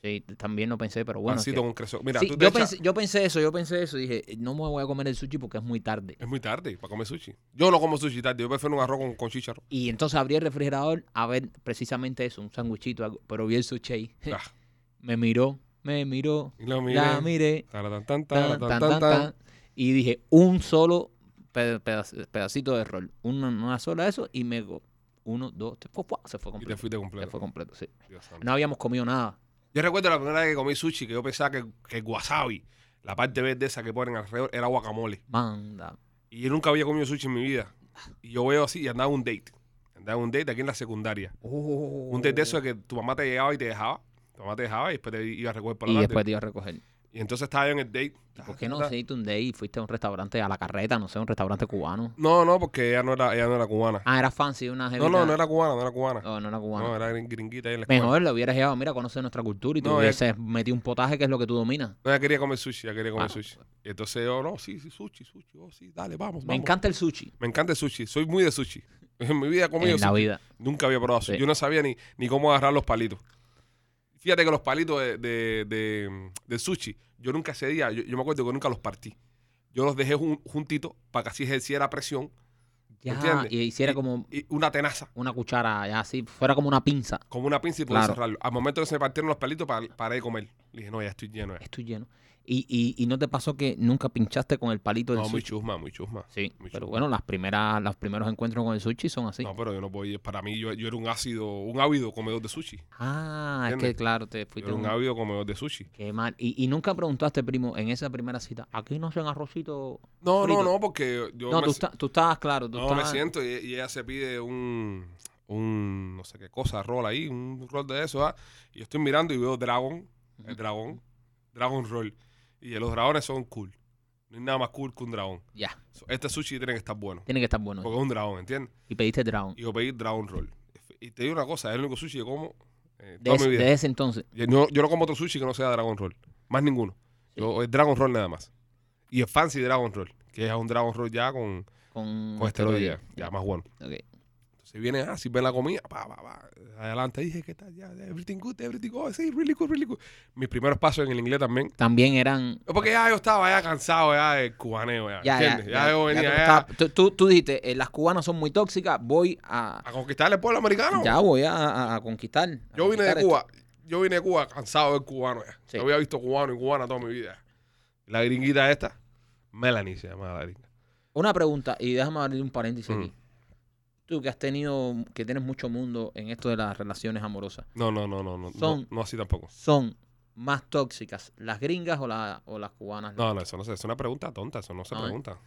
[SPEAKER 2] Sí, también lo pensé, pero bueno. es
[SPEAKER 1] pancito
[SPEAKER 2] que-
[SPEAKER 1] con queso. Mira,
[SPEAKER 2] Sí,
[SPEAKER 1] tú te
[SPEAKER 2] yo,
[SPEAKER 1] echas-
[SPEAKER 2] pensé, yo pensé eso, yo pensé eso. Dije, no me voy a comer el sushi porque es muy tarde.
[SPEAKER 1] Es muy tarde para comer sushi. Yo no como sushi tarde. Yo prefiero un arroz con, con chícharo.
[SPEAKER 2] Y entonces abrí el refrigerador a ver precisamente eso, un sándwichito, algo, pero vi el sushi ahí.
[SPEAKER 1] Ah,
[SPEAKER 2] Me miró, me miró,
[SPEAKER 1] y lo miré.
[SPEAKER 2] la miré,
[SPEAKER 1] Taratán, tan,
[SPEAKER 2] tan,
[SPEAKER 1] taratán,
[SPEAKER 2] tan,
[SPEAKER 1] tan,
[SPEAKER 2] tan,
[SPEAKER 1] tan.
[SPEAKER 2] tan, y dije, un solo pe- pedac- pedacito de rol, una, una sola de eso, y me go, uno, dos, tres, fua, fua, se fue
[SPEAKER 1] Y te
[SPEAKER 2] completo.
[SPEAKER 1] fuiste
[SPEAKER 2] Se fue
[SPEAKER 1] completo.
[SPEAKER 2] completo, sí.
[SPEAKER 1] Dios santo.
[SPEAKER 2] No habíamos comido nada.
[SPEAKER 1] Yo recuerdo la primera vez que comí sushi que yo pensaba que, que el wasabi, la parte verde esa que ponen alrededor, era guacamole.
[SPEAKER 2] Manda.
[SPEAKER 1] Y yo nunca había comido sushi en mi vida. Y yo veo así y andaba en un date. Andaba en un date aquí en la secundaria. Oh. Un date de eso que tu mamá te llegaba y te dejaba. Tu mamá te dejaba y después te iba a recoger por la
[SPEAKER 2] Y
[SPEAKER 1] tarde.
[SPEAKER 2] después te iba a recoger.
[SPEAKER 1] Y entonces estaba yo en el date.
[SPEAKER 2] ¿Y ¿Por qué no se diste un date y fuiste a un restaurante a la carreta, no sé, un restaurante cubano?
[SPEAKER 1] No, no, porque ella no era, ella no era cubana.
[SPEAKER 2] Ah, era fancy de una
[SPEAKER 1] No, no, no era cubana, no era cubana.
[SPEAKER 2] Oh, no era cubano.
[SPEAKER 1] No, era gring- gringuita ahí en la escuela.
[SPEAKER 2] Mejor le hubieras llevado, mira, conoce nuestra cultura y te
[SPEAKER 1] No, eh, es-
[SPEAKER 2] hubieses metido un potaje que es lo que tú dominas.
[SPEAKER 1] No, ella quería comer sushi, ella quería comer
[SPEAKER 2] Ah.
[SPEAKER 1] sushi. Y entonces yo, no, sí, sí, sushi, sushi, oh, sí, dale, vamos,
[SPEAKER 2] Me
[SPEAKER 1] vamos.
[SPEAKER 2] encanta el sushi
[SPEAKER 1] Me encanta el sushi, soy muy de sushi. En mi vida he comido
[SPEAKER 2] en la
[SPEAKER 1] sushi.
[SPEAKER 2] vida.
[SPEAKER 1] Nunca había probado sushi.
[SPEAKER 2] Sí.
[SPEAKER 1] Yo no sabía ni, ni cómo agarrar los palitos. Fíjate que los palitos de, de, de- de sushi, yo nunca cedía, yo, yo me acuerdo que nunca los partí. Yo los dejé jun- juntitos para que así ejerciera presión
[SPEAKER 2] Ya,
[SPEAKER 1] ¿Entiendes?
[SPEAKER 2] y hiciera
[SPEAKER 1] Y-
[SPEAKER 2] como
[SPEAKER 1] y una tenaza,
[SPEAKER 2] una cuchara, ya así, fuera como una pinza.
[SPEAKER 1] como una pinza y poder
[SPEAKER 2] Claro.
[SPEAKER 1] cerrarlo. Al momento que se me partieron los palitos, pa- paré de comer. Le dije, no, ya estoy lleno. ya.
[SPEAKER 2] Estoy lleno. Y, y, y no te pasó que nunca pinchaste con el palito del
[SPEAKER 1] No, muy
[SPEAKER 2] sushi.
[SPEAKER 1] chusma, muy chusma.
[SPEAKER 2] Sí,
[SPEAKER 1] muy
[SPEAKER 2] pero
[SPEAKER 1] chulo.
[SPEAKER 2] bueno, las primeras, los primeros encuentros con el sushi son así.
[SPEAKER 1] No, pero yo no podía. Para mí, yo, yo era un ácido, un ávido comedor de sushi.
[SPEAKER 2] Ah, es que
[SPEAKER 1] ¿Entiendes?
[SPEAKER 2] claro,
[SPEAKER 1] Yo
[SPEAKER 2] te fuiste
[SPEAKER 1] era un
[SPEAKER 2] un-
[SPEAKER 1] ávido comedor de sushi.
[SPEAKER 2] Qué mal. Y, y nunca preguntaste, primo, en esa primera cita, ¿aquí no hacen arrocito?
[SPEAKER 1] No,
[SPEAKER 2] frito?
[SPEAKER 1] no, no, porque yo
[SPEAKER 2] No,
[SPEAKER 1] me,
[SPEAKER 2] tú,
[SPEAKER 1] si-
[SPEAKER 2] estás tú estabas claro. Tú
[SPEAKER 1] no, me
[SPEAKER 2] estabas-
[SPEAKER 1] siento y, y ella se pide un, un, no sé qué cosa, rol ahí, un rol de eso, ¿ah? Y yo estoy mirando y veo Dragon, el
[SPEAKER 2] Ujú.
[SPEAKER 1] dragón, Dragon Roll. Y los dragones son cool. No hay nada más cool que un dragón.
[SPEAKER 2] Ya,
[SPEAKER 1] So, Este sushi tiene que estar bueno,
[SPEAKER 2] tiene que estar bueno.
[SPEAKER 1] porque es un dragón, ¿entiendes?
[SPEAKER 2] Y pediste Dragon.
[SPEAKER 1] Y yo pedí Dragon Roll. Y te digo una cosa, es el único sushi que como eh,
[SPEAKER 2] De
[SPEAKER 1] toda
[SPEAKER 2] ese,
[SPEAKER 1] mi vida.
[SPEAKER 2] de ese entonces.
[SPEAKER 1] Yo no, yo no como otro sushi que no sea Dragon Roll. Más ninguno. Yo, es Dragon Roll nada más. Y el Fancy Dragon Roll, que es un Dragon Roll ya con,
[SPEAKER 2] Con,
[SPEAKER 1] con esteroides. Ya, más bueno.
[SPEAKER 2] Ok.
[SPEAKER 1] Entonces viene así, ve la comida, pa, pa, pa. Adelante, dije, ¿qué tal? Ya, everything good, everything good. Oh, Sí, really good, really good. Mis primeros pasos en el inglés también.
[SPEAKER 2] También eran...
[SPEAKER 1] Porque ya yo estaba ya cansado ya del cubaneo. Ya,
[SPEAKER 2] Ya, ya,
[SPEAKER 1] Ah, ¿entiendes? Ya, yo venía
[SPEAKER 2] ya
[SPEAKER 1] ya,
[SPEAKER 2] tú estabas- tú, tú- tú dijiste, eh, las cubanas son muy tóxicas, voy a...
[SPEAKER 1] a conquistar el pueblo americano.
[SPEAKER 2] Ya voy a, a- a conquistar. a
[SPEAKER 1] Yo vine de
[SPEAKER 2] conquistar
[SPEAKER 1] Cuba. Yo vine de Cuba cansado del cubano ya.
[SPEAKER 2] Sí.
[SPEAKER 1] Yo había visto cubano y cubana toda mi vida. La gringuita esta, Melanie se llama la gringa.
[SPEAKER 2] esto. Una pregunta, y déjame abrir un paréntesis
[SPEAKER 1] Mm.
[SPEAKER 2] aquí. Tú que has tenido, que tienes mucho mundo en esto de las relaciones amorosas,
[SPEAKER 1] No, no, no, no, no.
[SPEAKER 2] Son-
[SPEAKER 1] No, no así tampoco.
[SPEAKER 2] ¿son más tóxicas las gringas o, la- o las cubanas?
[SPEAKER 1] No, no, eso no se, es una pregunta tonta, eso no se
[SPEAKER 2] No, ¿eh?
[SPEAKER 1] pregunta.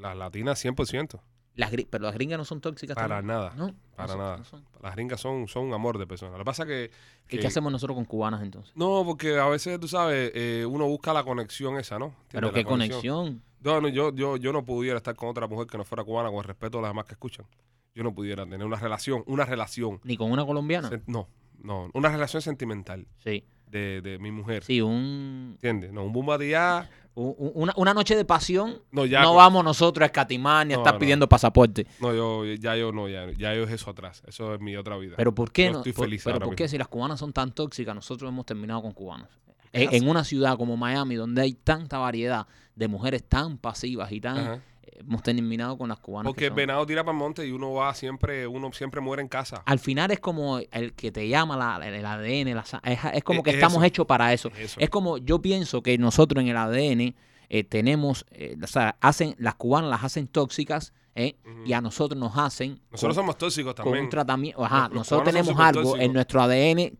[SPEAKER 1] Las latinas 100%,
[SPEAKER 2] Las gri- pero las gringas no son tóxicas.
[SPEAKER 1] para
[SPEAKER 2] también.
[SPEAKER 1] nada.
[SPEAKER 2] No,
[SPEAKER 1] para
[SPEAKER 2] no son-
[SPEAKER 1] nada.
[SPEAKER 2] no son.
[SPEAKER 1] Las gringas son, son un amor de personas. Lo que pasa que...
[SPEAKER 2] ¿Qué,
[SPEAKER 1] que-
[SPEAKER 2] qué hacemos nosotros con cubanas entonces?
[SPEAKER 1] No, porque a veces, tú sabes, eh, uno busca la conexión esa, ¿no? ¿Entiendes?
[SPEAKER 2] ¿Pero
[SPEAKER 1] La
[SPEAKER 2] qué conexión?
[SPEAKER 1] No, no, yo, yo, yo no pudiera estar con otra mujer que no fuera cubana, con el respeto a las demás que escuchan. Yo no pudiera tener una relación, una relación.
[SPEAKER 2] ¿Ni con una colombiana?
[SPEAKER 1] Sen- No, no, una relación sentimental
[SPEAKER 2] Sí.
[SPEAKER 1] de, de mi mujer.
[SPEAKER 2] Sí, un,
[SPEAKER 1] ¿Entiendes? No, un bombardear.
[SPEAKER 2] u- u- una, una noche de pasión.
[SPEAKER 1] ah, No, ya.
[SPEAKER 2] no vamos nosotros a escatimar ni a
[SPEAKER 1] No,
[SPEAKER 2] estar
[SPEAKER 1] no.
[SPEAKER 2] pidiendo pasaporte.
[SPEAKER 1] No, yo, ya yo no, ya, ya yo es eso atrás. Eso es mi otra vida.
[SPEAKER 2] Pero ¿por qué
[SPEAKER 1] Yo
[SPEAKER 2] no?
[SPEAKER 1] estoy
[SPEAKER 2] por-
[SPEAKER 1] feliz
[SPEAKER 2] pero
[SPEAKER 1] ahora
[SPEAKER 2] ¿por qué
[SPEAKER 1] mismo.
[SPEAKER 2] si las cubanas son tan tóxicas, nosotros hemos terminado con cubanos? E,
[SPEAKER 1] Es
[SPEAKER 2] En, en una ciudad como Miami, donde hay tanta variedad de mujeres tan pasivas y tan... eh,
[SPEAKER 1] Ajá. Oh,
[SPEAKER 2] Hemos terminado con las cubanas. ah, que
[SPEAKER 1] Porque el
[SPEAKER 2] son-
[SPEAKER 1] venado tira para el monte y uno va siempre, uno siempre muere en casa.
[SPEAKER 2] Al final es como el que te llama la, el ADN, la sa- es, es como que
[SPEAKER 1] Es
[SPEAKER 2] estamos
[SPEAKER 1] E, eso.
[SPEAKER 2] hechos para eso.
[SPEAKER 1] Es eso.
[SPEAKER 2] Es como yo pienso que nosotros en el ADN eh, tenemos, eh, o sea, hacen, las cubanas las hacen tóxicas ¿eh?
[SPEAKER 1] Ujú.
[SPEAKER 2] y a nosotros nos hacen
[SPEAKER 1] Nosotros
[SPEAKER 2] con,
[SPEAKER 1] somos tóxicos
[SPEAKER 2] con
[SPEAKER 1] también.
[SPEAKER 2] un tratamiento. Ajá,
[SPEAKER 1] Los- los
[SPEAKER 2] nosotros
[SPEAKER 1] cubanos son
[SPEAKER 2] tenemos algo
[SPEAKER 1] supertóxicos.
[SPEAKER 2] en nuestro ADN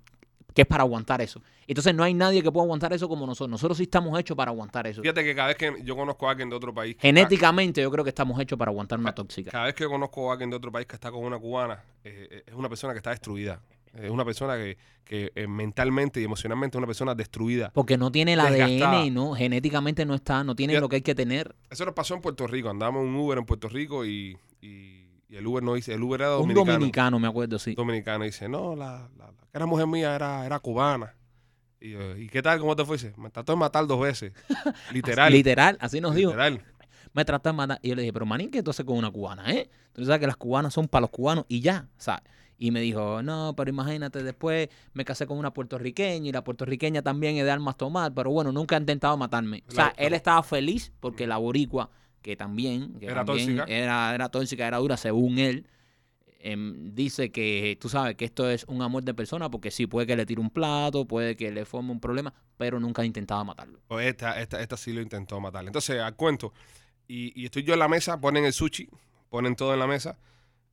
[SPEAKER 2] que es para aguantar eso. Entonces no hay nadie que pueda aguantar eso como nosotros. Nosotros sí estamos hechos para aguantar eso.
[SPEAKER 1] Fíjate que cada vez que yo conozco a alguien de otro país. que está-
[SPEAKER 2] Genéticamente yo creo que estamos hechos para aguantar una tóxica.
[SPEAKER 1] Cada vez que conozco a alguien de otro país que está con una cubana, eh, eh, es una persona que está destruida. Es una persona que, que, eh, mentalmente y emocionalmente es una persona destruida.
[SPEAKER 2] Porque no tiene el
[SPEAKER 1] Desgastada.
[SPEAKER 2] ADN, ¿no? Genéticamente no está, no tiene
[SPEAKER 1] Fíjate-
[SPEAKER 2] lo que hay que tener.
[SPEAKER 1] Eso nos pasó en Puerto Rico. Andábamos en un Uber en Puerto Rico y, y- y el Uber no dice, el Uber era
[SPEAKER 2] Un
[SPEAKER 1] dominicano.
[SPEAKER 2] dominicano, me acuerdo, sí.
[SPEAKER 1] Dominicano. Y dice, no, la, la, la que era mujer mía era, era cubana. Y yo, ¿y qué tal? ¿Cómo te fue? Dice, me trató de matar dos veces. Literal.
[SPEAKER 2] Literal, así nos dijo.
[SPEAKER 1] literal.
[SPEAKER 2] Me tratan de matar. Y yo le dije, pero manín, ¿qué tú haces con una cubana, eh? Tú sabes que las cubanas son para los cubanos y ya, ¿sabes? Y me dijo, no, pero imagínate, después me casé con una puertorriqueña y la puertorriqueña también es de armas tomar, pero bueno, nunca ha intentado matarme. O sea,
[SPEAKER 1] La- la-
[SPEAKER 2] él estaba feliz porque la boricua, que también, que
[SPEAKER 1] Era
[SPEAKER 2] también
[SPEAKER 1] tóxica.
[SPEAKER 2] Era, era tóxica, era dura, según él, em, dice que tú sabes que esto es un amor de persona porque sí, puede que le tire un plato, puede que le forme un problema, pero nunca ha intentado matarlo.
[SPEAKER 1] Pues esta, esta, esta sí lo intentó matar. Entonces, al cuento. Y, y estoy yo en la mesa, ponen el sushi, ponen todo en la mesa.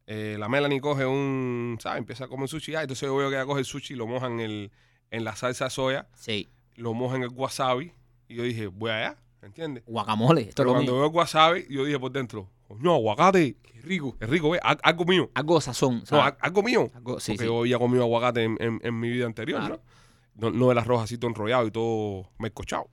[SPEAKER 1] Eh, la Melanie coge un, ¿sabes? Empieza a comer sushi. Ah, entonces yo veo que ella coge el sushi, lo moja en, el, en la salsa soya,
[SPEAKER 2] Sí.
[SPEAKER 1] lo moja en el wasabi. Y yo dije, voy allá, ¿entiendes?
[SPEAKER 2] Guacamole, esto es
[SPEAKER 1] Pero
[SPEAKER 2] lo
[SPEAKER 1] cuando
[SPEAKER 2] mío.
[SPEAKER 1] veo el wasabi, yo dije por dentro, no, aguacate, qué rico, es rico, ¿ves? Al- Algo mío.
[SPEAKER 2] Algo de sazón,
[SPEAKER 1] No,
[SPEAKER 2] ¿sabes?
[SPEAKER 1] al- algo mío.
[SPEAKER 2] Algo- Ah. sí,
[SPEAKER 1] porque
[SPEAKER 2] sí.
[SPEAKER 1] yo había comido aguacate en, en- en mi vida anterior,
[SPEAKER 2] Claro.
[SPEAKER 1] ¿no? ¿no? no el arroz así todo enrollado y todo mezcochado.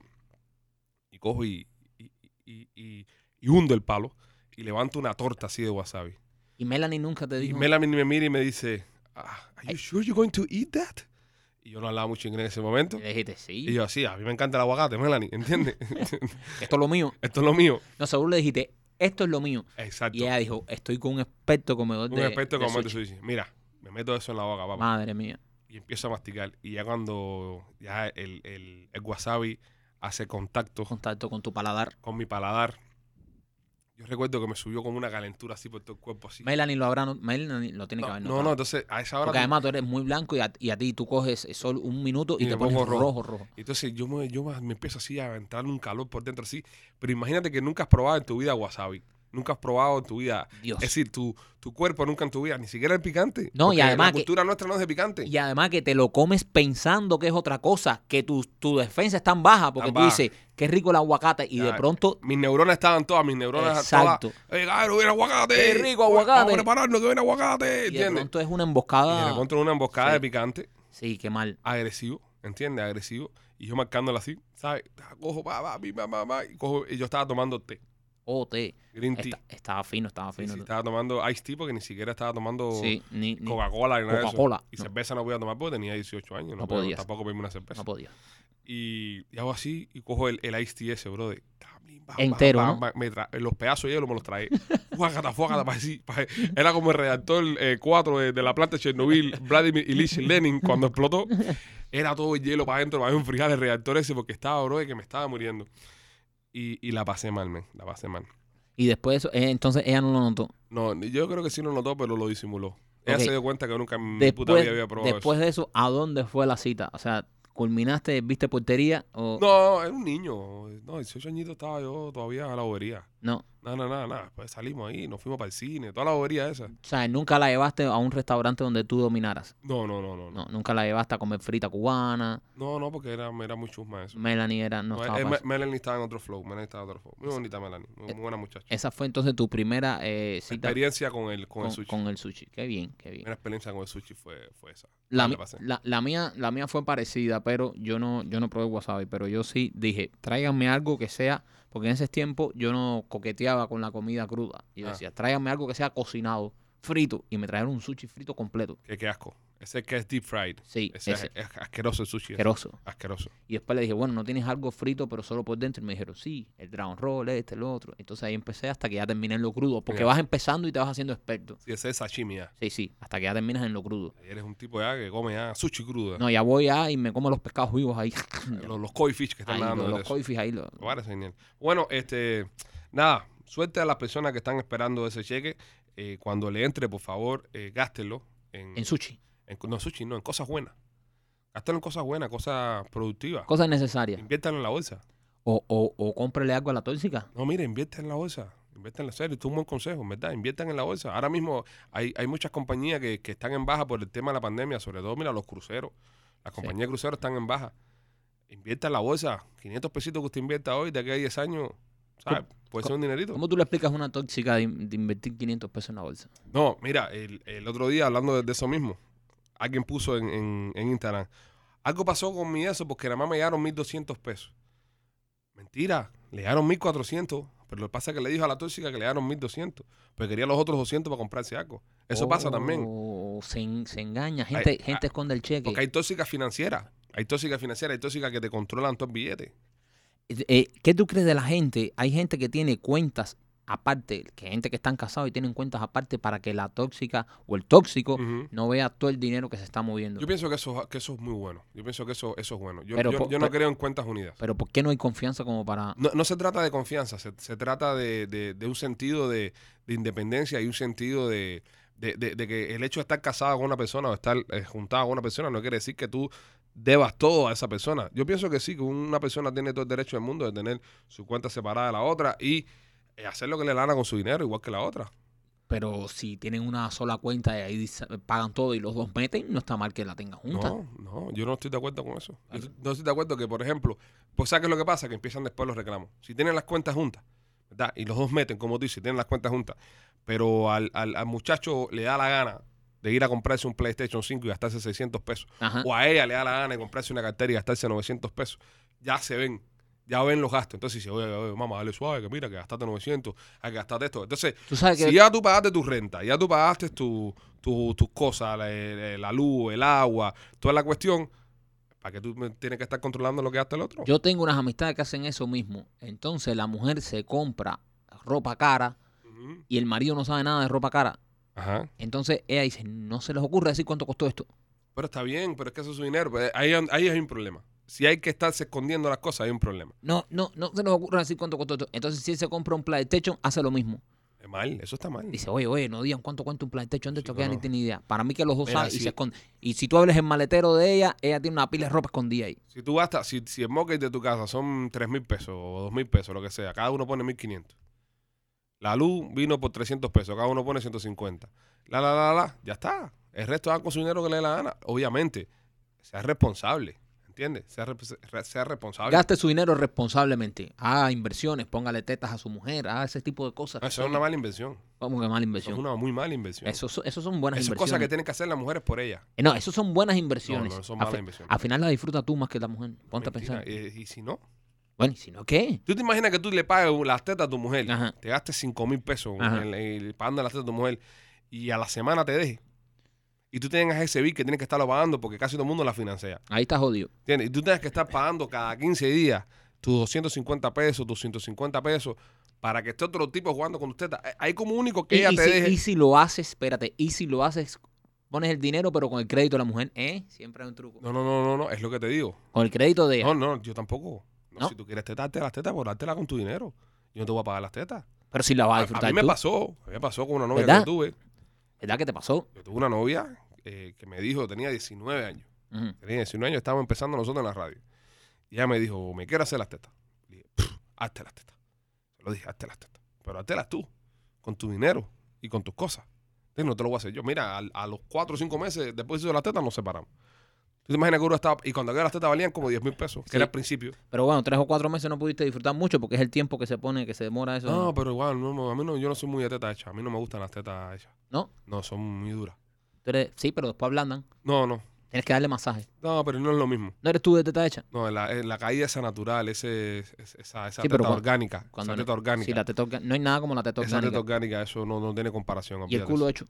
[SPEAKER 1] Y cojo y, y, y- y- y hundo el palo y levanto una torta así de wasabi.
[SPEAKER 2] Y Melanie nunca te
[SPEAKER 1] Y
[SPEAKER 2] dijo.
[SPEAKER 1] Melanie me mira y me dice, "Ah, ¿Are
[SPEAKER 2] Ay.
[SPEAKER 1] you sure you're going to eat that? Y yo no hablaba mucho inglés en ese momento.
[SPEAKER 2] Y le dijiste,
[SPEAKER 1] Y
[SPEAKER 2] sí,
[SPEAKER 1] yo así, a mí me encanta el aguacate, Melanie, ¿entiendes?
[SPEAKER 2] esto es lo mío.
[SPEAKER 1] Esto es lo mío.
[SPEAKER 2] No, seguro le dijiste, esto es lo mío.
[SPEAKER 1] Exacto.
[SPEAKER 2] Y ella dijo, estoy con un experto comedor
[SPEAKER 1] Un
[SPEAKER 2] de.
[SPEAKER 1] experto
[SPEAKER 2] de
[SPEAKER 1] como
[SPEAKER 2] sushi".
[SPEAKER 1] tú dices, mira, me meto eso en la boca, papá.
[SPEAKER 2] Madre mía.
[SPEAKER 1] y empiezo a masticar. Y ya cuando ya el, el- el wasabi hace contacto
[SPEAKER 2] Contacto con tu paladar.
[SPEAKER 1] con mi paladar, yo recuerdo que me subió como una calentura así por todo el cuerpo. Así.
[SPEAKER 2] Melanie lo habrá. no- Melanie lo tiene que
[SPEAKER 1] No,
[SPEAKER 2] haber
[SPEAKER 1] no,
[SPEAKER 2] notado.
[SPEAKER 1] no, entonces a esa hora...
[SPEAKER 2] Porque además tú eres muy blanco y a, y a ti tú coges solo un minuto y,
[SPEAKER 1] Y
[SPEAKER 2] te
[SPEAKER 1] me
[SPEAKER 2] pones
[SPEAKER 1] pongo
[SPEAKER 2] rojo,
[SPEAKER 1] rojo.
[SPEAKER 2] rojo.
[SPEAKER 1] Entonces yo, me, yo me empiezo así a entrar un calor por dentro así. Pero imagínate que nunca has probado en tu vida wasabi. Nunca has probado en tu vida...
[SPEAKER 2] Dios.
[SPEAKER 1] Es decir, tu, tu cuerpo nunca en tu vida, ni siquiera el picante.
[SPEAKER 2] No, y
[SPEAKER 1] porque
[SPEAKER 2] además
[SPEAKER 1] La
[SPEAKER 2] que-
[SPEAKER 1] cultura nuestra no es de picante.
[SPEAKER 2] Y además que te lo comes pensando que es otra cosa, que tu, tu defensa es tan baja porque
[SPEAKER 1] Tan
[SPEAKER 2] tú
[SPEAKER 1] baja.
[SPEAKER 2] dices, qué rico el aguacate y de
[SPEAKER 1] Ya,
[SPEAKER 2] pronto,
[SPEAKER 1] Mis neuronas estaban todas, mis neuronas
[SPEAKER 2] Exacto.
[SPEAKER 1] todas. ¡Eh, cabrón, viene aguacate!
[SPEAKER 2] ¡Qué rico aguacate!
[SPEAKER 1] ¡Vamos a prepararnos que viene aguacate!
[SPEAKER 2] y de
[SPEAKER 1] ¿Entiendes?
[SPEAKER 2] pronto es una
[SPEAKER 1] Y le
[SPEAKER 2] emboscada.
[SPEAKER 1] encontró una emboscada
[SPEAKER 2] Sí.
[SPEAKER 1] de picante,
[SPEAKER 2] Sí, qué mal.
[SPEAKER 1] agresivo, ¿entiendes? Agresivo. Y yo marcándola así, ¿sabes? Ah, Cojo, va, va, mi mamá, va, y, cojo, y yo estaba tomando té,
[SPEAKER 2] Oh, te.
[SPEAKER 1] green tea.
[SPEAKER 2] Está- estaba fino, estaba
[SPEAKER 1] Sí,
[SPEAKER 2] fino.
[SPEAKER 1] sí,
[SPEAKER 2] Sí,
[SPEAKER 1] estaba tomando ice tea porque ni siquiera estaba tomando
[SPEAKER 2] ni, ni-
[SPEAKER 1] Coca-Cola ni nada de eso.
[SPEAKER 2] Coca-Cola,
[SPEAKER 1] Y
[SPEAKER 2] no.
[SPEAKER 1] cerveza no podía tomar porque tenía 18 años. No,
[SPEAKER 2] No
[SPEAKER 1] podía
[SPEAKER 2] podías.
[SPEAKER 1] tampoco pedirme una cerveza.
[SPEAKER 2] no podía.
[SPEAKER 1] y, y hago así y cojo el, el ice tea ese, bro. De, también, va, va,
[SPEAKER 2] Entero,
[SPEAKER 1] va,
[SPEAKER 2] ¿no?
[SPEAKER 1] va, me tra- los pedazos de hielo me los trae. Fuácata, fuácata, pa' así, pa' Era como el redactor 4 de, de la planta de Chernobyl, Vladimir Ilyich Lenin, cuando explotó. Era todo el hielo para adentro, para enfriar el reactor ese, porque estaba, bro, de que me estaba muriendo. Y, y la pasé mal, men, la pasé mal.
[SPEAKER 2] Y después de eso, eh, entonces ella no lo notó.
[SPEAKER 1] No, yo creo que sí lo notó, pero lo disimuló. Ella
[SPEAKER 2] Ok.
[SPEAKER 1] se dio cuenta que nunca en mi puta
[SPEAKER 2] Después,
[SPEAKER 1] vida había probado
[SPEAKER 2] después de eso, ¿a dónde fue la cita? O sea, ¿culminaste, viste portería o
[SPEAKER 1] eso. No, era un niño. No, 18 añitos estaba yo todavía a la bobería.
[SPEAKER 2] no?
[SPEAKER 1] No, no, no, no. Pues salimos ahí, nos fuimos para el cine, toda la bobería esa.
[SPEAKER 2] O sea, nunca la llevaste a un restaurante donde tú dominaras.
[SPEAKER 1] No, no, no, no. No,
[SPEAKER 2] No, nunca la llevaste a comer frita cubana.
[SPEAKER 1] no, no porque era, era muy chusma eso.
[SPEAKER 2] Melanie era, no,
[SPEAKER 1] No,
[SPEAKER 2] estaba
[SPEAKER 1] eh,
[SPEAKER 2] para
[SPEAKER 1] Me-
[SPEAKER 2] eso.
[SPEAKER 1] Melanie estaba en otro flow, Melanie estaba en otro flow. Muy bonita Melanie, muy, muy buena muchacha.
[SPEAKER 2] Esa fue entonces tu primera eh, cita
[SPEAKER 1] experiencia con el, con,
[SPEAKER 2] con,
[SPEAKER 1] el sushi.
[SPEAKER 2] con el sushi. Qué bien, qué bien.
[SPEAKER 1] Primera experiencia con el sushi fue, fue esa.
[SPEAKER 2] La,
[SPEAKER 1] Ahí
[SPEAKER 2] mi-
[SPEAKER 1] pasé.
[SPEAKER 2] la- la mía, la mía fue parecida, pero yo no, yo no probé wasabi, pero yo sí dije, tráiganme algo que sea, porque en ese tiempo yo no coqueteaba con la comida cruda. Y yo
[SPEAKER 1] Ah.
[SPEAKER 2] decía, tráiganme algo que sea cocinado, frito, y me trajeron un sushi frito completo.
[SPEAKER 1] Qué, qué asco. Ese que es deep fried.
[SPEAKER 2] Sí,
[SPEAKER 1] Ese
[SPEAKER 2] ese,
[SPEAKER 1] Es, es asqueroso el sushi. ese.
[SPEAKER 2] asqueroso.
[SPEAKER 1] Asqueroso.
[SPEAKER 2] Y después le dije, bueno, no tienes algo frito, pero solo por dentro. Y me dijeron, sí, el dragon roll, este, el otro. Entonces ahí empecé hasta que ya terminé en lo crudo, porque
[SPEAKER 1] Ya.
[SPEAKER 2] vas empezando y te vas haciendo experto.
[SPEAKER 1] Sí, ese es sashimi ya.
[SPEAKER 2] Sí, sí, hasta que ya terminas en lo crudo.
[SPEAKER 1] Eres un tipo ya que come ya sushi cruda.
[SPEAKER 2] No, ya voy a y me como los pescados vivos ahí.
[SPEAKER 1] Los, los Mm. koi fish que están
[SPEAKER 2] Ahí,
[SPEAKER 1] nadando.
[SPEAKER 2] los,
[SPEAKER 1] en
[SPEAKER 2] los
[SPEAKER 1] eso.
[SPEAKER 2] koi fish ahí. los-
[SPEAKER 1] Me parece genial. Bueno, este, nada, suerte a las personas que están esperando ese cheque. Eh, cuando le entre, por favor, eh, gástelo en,
[SPEAKER 2] en sushi.
[SPEAKER 1] en- no sushi, no, en cosas buenas. Gástelo en cosas buenas, cosas productivas.
[SPEAKER 2] Cosas necesarias.
[SPEAKER 1] Inviértalo en la bolsa.
[SPEAKER 2] O, o, o cómprele algo a la tóxica.
[SPEAKER 1] No, mire, invierta en la bolsa. Invierta en la serie. Esto es un buen consejo, en ¿verdad? Inviertan en la bolsa. Ahora mismo hay, hay muchas compañías que, que están en baja por el tema de la pandemia, sobre todo, mira, los cruceros. Las
[SPEAKER 2] Sí.
[SPEAKER 1] compañías de cruceros están en baja. Invierta en la bolsa. 500 pesitos que usted invierta hoy, de aquí a 10 años, ¿sabes? Puede ser un dinerito.
[SPEAKER 2] ¿Cómo tú le explicas a una tóxica de, in- de invertir 500 pesos en la bolsa?
[SPEAKER 1] No, mira, el, el otro día hablando de, de eso mismo, alguien puso en, en- en Instagram, algo pasó con mi eso porque nada más me llegaron 1.200 pesos. Mentira, le llegaron 1.400, pero lo que pasa es que le dijo a la tóxica que le llegaron 1.200, pero quería los otros 200 para comprarse algo. Eso pasa
[SPEAKER 2] Oh,
[SPEAKER 1] también,
[SPEAKER 2] Se, en- se engaña. Gente,
[SPEAKER 1] Ay,
[SPEAKER 2] gente esconde el cheque.
[SPEAKER 1] porque hay tóxicas financieras, hay tóxicas financieras, hay tóxicas que te controlan todo el billete.
[SPEAKER 2] Eh, ¿Qué tú crees de la gente? Hay gente que tiene cuentas aparte, que gente que están casados y tienen cuentas aparte para que la tóxica o el tóxico
[SPEAKER 1] Ujú.
[SPEAKER 2] no vea todo el dinero que se está moviendo.
[SPEAKER 1] Mm. Yo pienso que eso, que eso es muy bueno, yo pienso que eso, eso es bueno. Yo,
[SPEAKER 2] Pero
[SPEAKER 1] yo-
[SPEAKER 2] po-
[SPEAKER 1] yo no
[SPEAKER 2] pero-
[SPEAKER 1] creo en cuentas unidas.
[SPEAKER 2] Pero ¿por qué no hay confianza como para...
[SPEAKER 1] No, no se trata de confianza, se, se trata de, de- de un sentido de, de independencia y un sentido de, de- de- de que el hecho de estar casado con una persona o estar eh, juntado con una persona no quiere decir que tú debas todo a esa persona. Yo pienso que sí, que una persona tiene todo el derecho del mundo de tener su cuenta separada de la otra y eh, hacer lo que le gana con su dinero, igual que la otra.
[SPEAKER 2] Pero si tienen una sola cuenta y ahí dice- pagan todo y los dos meten, no Mm, está mal que la tengan juntas.
[SPEAKER 1] No, no, yo no estoy de acuerdo con eso. Yo no estoy de acuerdo que, por ejemplo, pues ¿sabes qué es lo que pasa? Que empiezan después los reclamos. Si tienen las cuentas juntas, ¿verdad? Y los dos meten, como tú dices, tienen las cuentas juntas, pero al, al- al muchacho le da la gana de ir a comprarse un PlayStation 5 y gastarse 600 pesos,
[SPEAKER 2] Ajá.
[SPEAKER 1] o a ella le da la gana de comprarse una cartera y gastarse 900 pesos, ya se ven. ya ven los gastos. Entonces dice, oye, oye, mamá, dale suave, que mira, que gastaste 900, hay que gastarte esto. Entonces,
[SPEAKER 2] Tú sabes que
[SPEAKER 1] si ya tú pagaste tu renta, ya tú pagaste tu- tu- tus cosas, la, eh, la luz, el agua, toda la cuestión, ¿para qué tú me- tienes que estar controlando lo que gasta el otro?
[SPEAKER 2] yo tengo unas amistades que hacen eso mismo. Entonces la mujer se compra ropa cara
[SPEAKER 1] Ujú.
[SPEAKER 2] y el marido no sabe nada de ropa cara.
[SPEAKER 1] Ajá.
[SPEAKER 2] Entonces ella dice, no se les ocurre decir cuánto costó esto.
[SPEAKER 1] Pero está bien, pero es que eso es su dinero. pues, Ahí, ahí hay un problema. Si hay que estarse escondiendo las cosas, hay un problema.
[SPEAKER 2] No, no, no se les ocurre decir cuánto costó esto. Entonces si él se compra un PlayStation, hace lo mismo.
[SPEAKER 1] Es mal, eso está mal.
[SPEAKER 2] Dice, oye, oye, no digan cuánto cuenta un PlayStation de esto,
[SPEAKER 1] Sí,
[SPEAKER 2] que ella
[SPEAKER 1] no,
[SPEAKER 2] ni
[SPEAKER 1] no.
[SPEAKER 2] tiene idea. Para mí que los dos
[SPEAKER 1] Mira,
[SPEAKER 2] saben y
[SPEAKER 1] sí.
[SPEAKER 2] se esconden. Y si tú abres el maletero de ella, ella tiene una pila de ropa escondida ahí.
[SPEAKER 1] Si tú gastas, si, si el mortgage de tu casa son 3 mil pesos o 2 mil pesos, lo que sea, cada uno pone 1500. La luz vino por 300 pesos, cada uno pone 150. La, la, la, la, ya está. El resto hagan con su dinero que le dé la gana. Obviamente, sea responsable, ¿entiendes? Sea, re- re- sea responsable.
[SPEAKER 2] Gaste su dinero responsablemente. Haga inversiones, póngale tetas a su mujer, haga ese tipo de cosas.
[SPEAKER 1] No, eso es una mala inversión.
[SPEAKER 2] Como que mala
[SPEAKER 1] Eso
[SPEAKER 2] inversión.
[SPEAKER 1] es una muy mala inversión.
[SPEAKER 2] Eso, so- eso son buenas
[SPEAKER 1] Eso es
[SPEAKER 2] inversiones.
[SPEAKER 1] cosa que tienen que hacer las mujeres por ellas.
[SPEAKER 2] Eh, No, eso son buenas
[SPEAKER 1] No,
[SPEAKER 2] inversiones.
[SPEAKER 1] no, son
[SPEAKER 2] Al
[SPEAKER 1] malas
[SPEAKER 2] fi-
[SPEAKER 1] inversiones.
[SPEAKER 2] Al final la disfruta tú más que la mujer. Ponte
[SPEAKER 1] Mentira.
[SPEAKER 2] a pensar.
[SPEAKER 1] Eh, Y, si no,
[SPEAKER 2] Bueno, ¿y si no qué?
[SPEAKER 1] tú te imaginas que tú le pagas las tetas a tu mujer,
[SPEAKER 2] Ajá.
[SPEAKER 1] te gastes 5 mil pesos
[SPEAKER 2] Ajá.
[SPEAKER 1] en, en- pagando las tetas a tu mujer y a la semana te deje. Y tú tengas ese bill que tienes que estarlo pagando porque casi todo el mundo la financia.
[SPEAKER 2] Ahí está jodido.
[SPEAKER 1] ¿Entiendes? Y tú tengas que estar pagando cada 15 días tus 250 pesos, tus 150 pesos para que esté otro tipo jugando con tus tetas. Eh, Hay como único que
[SPEAKER 2] Y,
[SPEAKER 1] ella
[SPEAKER 2] y
[SPEAKER 1] te
[SPEAKER 2] si,
[SPEAKER 1] deje.
[SPEAKER 2] y si lo haces, espérate, y si lo haces, pones el dinero pero con el crédito de la mujer, ¿eh? Siempre hay un truco.
[SPEAKER 1] No, no, no, no, no, es lo que te digo.
[SPEAKER 2] Con el crédito de ella.
[SPEAKER 1] No, no, yo tampoco. No,
[SPEAKER 2] ¿No?
[SPEAKER 1] Si tú quieres tetarte las tetas, pues dártelas con tu dinero. Yo no te voy a pagar las tetas.
[SPEAKER 2] Pero si la vas a
[SPEAKER 1] A, a
[SPEAKER 2] disfrutar
[SPEAKER 1] mí me
[SPEAKER 2] tú.
[SPEAKER 1] pasó, a mí me pasó con una novia
[SPEAKER 2] ¿Verdad?
[SPEAKER 1] que yo tuve.
[SPEAKER 2] ¿Verdad que te pasó?
[SPEAKER 1] Yo tuve una novia eh, que me dijo, tenía 19 años.
[SPEAKER 2] Ujú.
[SPEAKER 1] Tenía 19 años, estábamos empezando nosotros en la radio. Y ella me dijo, me quiero hacer las tetas. Le dije, "Pff, hazte las tetas. Se lo dije, hazte las tetas. Pero haztelas tú, con tu dinero y con tus cosas. Entonces, no te lo voy a hacer yo. Mira, al- a, los 4 o 5 meses después de las tetas nos separamos. Tú te imaginas que uno estaba, y cuando aquellas las tetas valían como 10 mil pesos, que
[SPEAKER 2] Sí.
[SPEAKER 1] era al principio.
[SPEAKER 2] Pero bueno, tres o cuatro meses no pudiste disfrutar mucho porque es el tiempo que se pone, que se demora eso.
[SPEAKER 1] No, pero igual, no, no, a mí no, yo no soy muy de tetas hechas. A mí no me gustan las tetas hechas.
[SPEAKER 2] ¿No?
[SPEAKER 1] No, son muy duras.
[SPEAKER 2] Tú eres- sí, pero después ablandan.
[SPEAKER 1] No, no.
[SPEAKER 2] Tienes que darle masaje.
[SPEAKER 1] No, pero no es lo mismo.
[SPEAKER 2] ¿No eres tú de teta hecha?
[SPEAKER 1] No, la, eh, la caída esa natural, ese, es- es- esa, esa
[SPEAKER 2] Sí,
[SPEAKER 1] teta
[SPEAKER 2] pero cuando-
[SPEAKER 1] orgánica.
[SPEAKER 2] cuando
[SPEAKER 1] esa
[SPEAKER 2] no-
[SPEAKER 1] teta orgánica.
[SPEAKER 2] Sí, la teta orgánica. No hay nada como la teta
[SPEAKER 1] esa teta
[SPEAKER 2] orgánica.
[SPEAKER 1] orgánica, eso no, no tiene comparación.
[SPEAKER 2] Y el
[SPEAKER 1] olvídate
[SPEAKER 2] culo
[SPEAKER 1] eso.
[SPEAKER 2] hecho.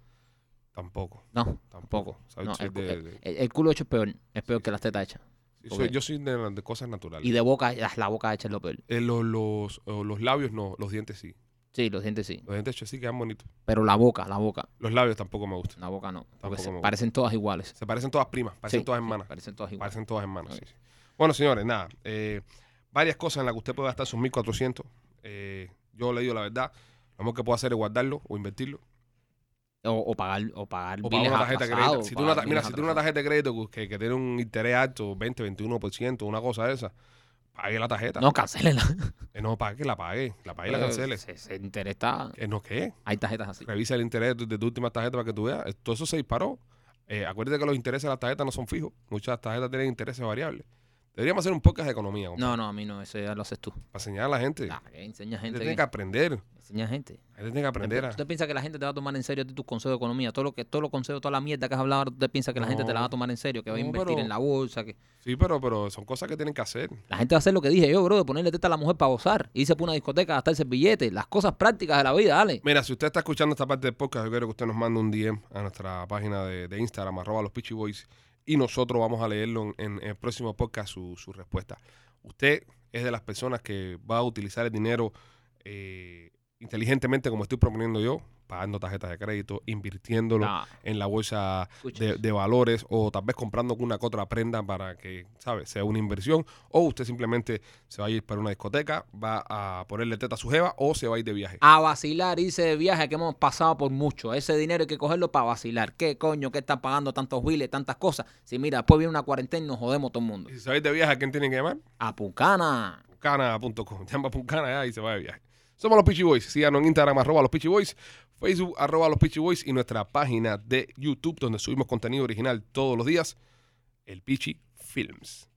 [SPEAKER 1] Tampoco,
[SPEAKER 2] No,
[SPEAKER 1] tampoco. ¿sabes?
[SPEAKER 2] no,
[SPEAKER 1] Soy
[SPEAKER 2] el, cu-
[SPEAKER 1] de-
[SPEAKER 2] el-
[SPEAKER 1] de-
[SPEAKER 2] el- el culo hecho es peor. Es peor que las tetas hechas.
[SPEAKER 1] soy-
[SPEAKER 2] joder.
[SPEAKER 1] yo soy de, de cosas naturales.
[SPEAKER 2] Y de boca, la, la boca hecha es lo peor.
[SPEAKER 1] Eh, los, los, eh, los labios no, los dientes sí.
[SPEAKER 2] Sí, los dientes sí.
[SPEAKER 1] Los dientes hechos sí quedan bonitos.
[SPEAKER 2] Pero la boca, la boca.
[SPEAKER 1] Los labios tampoco me gustan.
[SPEAKER 2] La boca no.
[SPEAKER 1] Tampoco
[SPEAKER 2] Porque se-
[SPEAKER 1] me gusta.
[SPEAKER 2] parecen todas iguales.
[SPEAKER 1] Se parecen todas primas, parecen
[SPEAKER 2] Sí,
[SPEAKER 1] todas
[SPEAKER 2] sí,
[SPEAKER 1] hermanas.
[SPEAKER 2] parecen todas iguales.
[SPEAKER 1] Parecen todas hermanas, sí,
[SPEAKER 2] Ok.
[SPEAKER 1] sí. Bueno, señores, nada. eh, varias cosas en las que usted puede gastar sus 1.400. Eh, yo le digo la verdad. Lo mejor que puedo hacer es guardarlo o invertirlo.
[SPEAKER 2] O, o pagar, o pagar
[SPEAKER 1] O pagar
[SPEAKER 2] biles
[SPEAKER 1] una tarjeta de
[SPEAKER 2] atrasados,
[SPEAKER 1] crédito. Si tú una
[SPEAKER 2] pagar
[SPEAKER 1] ta- mira,
[SPEAKER 2] biles
[SPEAKER 1] si tiene una
[SPEAKER 2] atrasados.
[SPEAKER 1] tarjeta de crédito que, que tiene un interés alto, 20, 21%, una cosa de esa, pague la tarjeta.
[SPEAKER 2] No, cancélela.
[SPEAKER 1] Eh, no, pague, la pague. La pague y la cancele.
[SPEAKER 2] Se, se interesa.
[SPEAKER 1] Eh, no, ¿qué?
[SPEAKER 2] Hay tarjetas así.
[SPEAKER 1] Revisa el interés de, de tu última tarjeta para que tú veas. Eh, Todo eso se disparó. Eh, acuérdate que los intereses de las tarjetas no son fijos. Muchas tarjetas tienen intereses variables. Deberíamos hacer un podcast de economía, compa,
[SPEAKER 2] No, no, a mí no, eso ya lo haces tú.
[SPEAKER 1] para enseñar a la gente.
[SPEAKER 2] Nah, que enseña
[SPEAKER 1] la gente
[SPEAKER 2] gente.
[SPEAKER 1] tiene
[SPEAKER 2] que-
[SPEAKER 1] que aprender.
[SPEAKER 2] enseña gente.
[SPEAKER 1] La gente tiene que aprender. a-
[SPEAKER 2] ¿Usted piensa que la gente te va a tomar en serio a ti tus consejos de economía? Todo lo que, todos los consejos, toda la mierda que has hablado, ahora, ¿usted piensa que la gente te la va a
[SPEAKER 1] No.
[SPEAKER 2] tomar en serio? Que va a
[SPEAKER 1] No,
[SPEAKER 2] invertir
[SPEAKER 1] pero-
[SPEAKER 2] en la bolsa. Que...
[SPEAKER 1] Sí, pero, pero son cosas que tienen que hacer.
[SPEAKER 2] La gente va a hacer lo que dije yo, bro, de ponerle teta a la mujer para gozar, irse por una discoteca, gastarse el billete, las cosas prácticas de la vida, dale.
[SPEAKER 1] Mira, si usted está escuchando esta parte del podcast, yo quiero que usted nos mande un DM a nuestra página de, de Instagram, arroba los Peachy Boys, y nosotros vamos a leerlo en, en el próximo podcast su, su respuesta. Usted es de las personas que va a utilizar el dinero eh, inteligentemente, como estoy proponiendo yo, pagando tarjetas de crédito, invirtiéndolo
[SPEAKER 2] Nah,
[SPEAKER 1] en la bolsa
[SPEAKER 2] Ah. escucha,
[SPEAKER 1] de, de valores o tal vez comprando una que otra prenda para que, ¿sabes?, sea una inversión. O usted simplemente se va a ir para una discoteca, va a ponerle teta a su jeva o se va a ir de viaje.
[SPEAKER 2] A vacilar, irse de viaje, que hemos pasado por mucho. Ese dinero hay que cogerlo para vacilar. ¿Qué coño? ¿Qué están pagando tantos biles, tantas cosas? Si mira, después viene una cuarentena y nos jodemos todo el mundo.
[SPEAKER 1] Y si sabéis de viaje, ¿a quién tienen que llamar?
[SPEAKER 2] A Pucana.
[SPEAKER 1] Pucana.com. Llama a Pucana ya y se va de viaje. Somos los Peachy Boys. Síganos en Instagram, arroba los Peachy Boys, Facebook, arroba los Peachy Boys y nuestra página de YouTube donde subimos contenido original todos los días, el Peachy Films.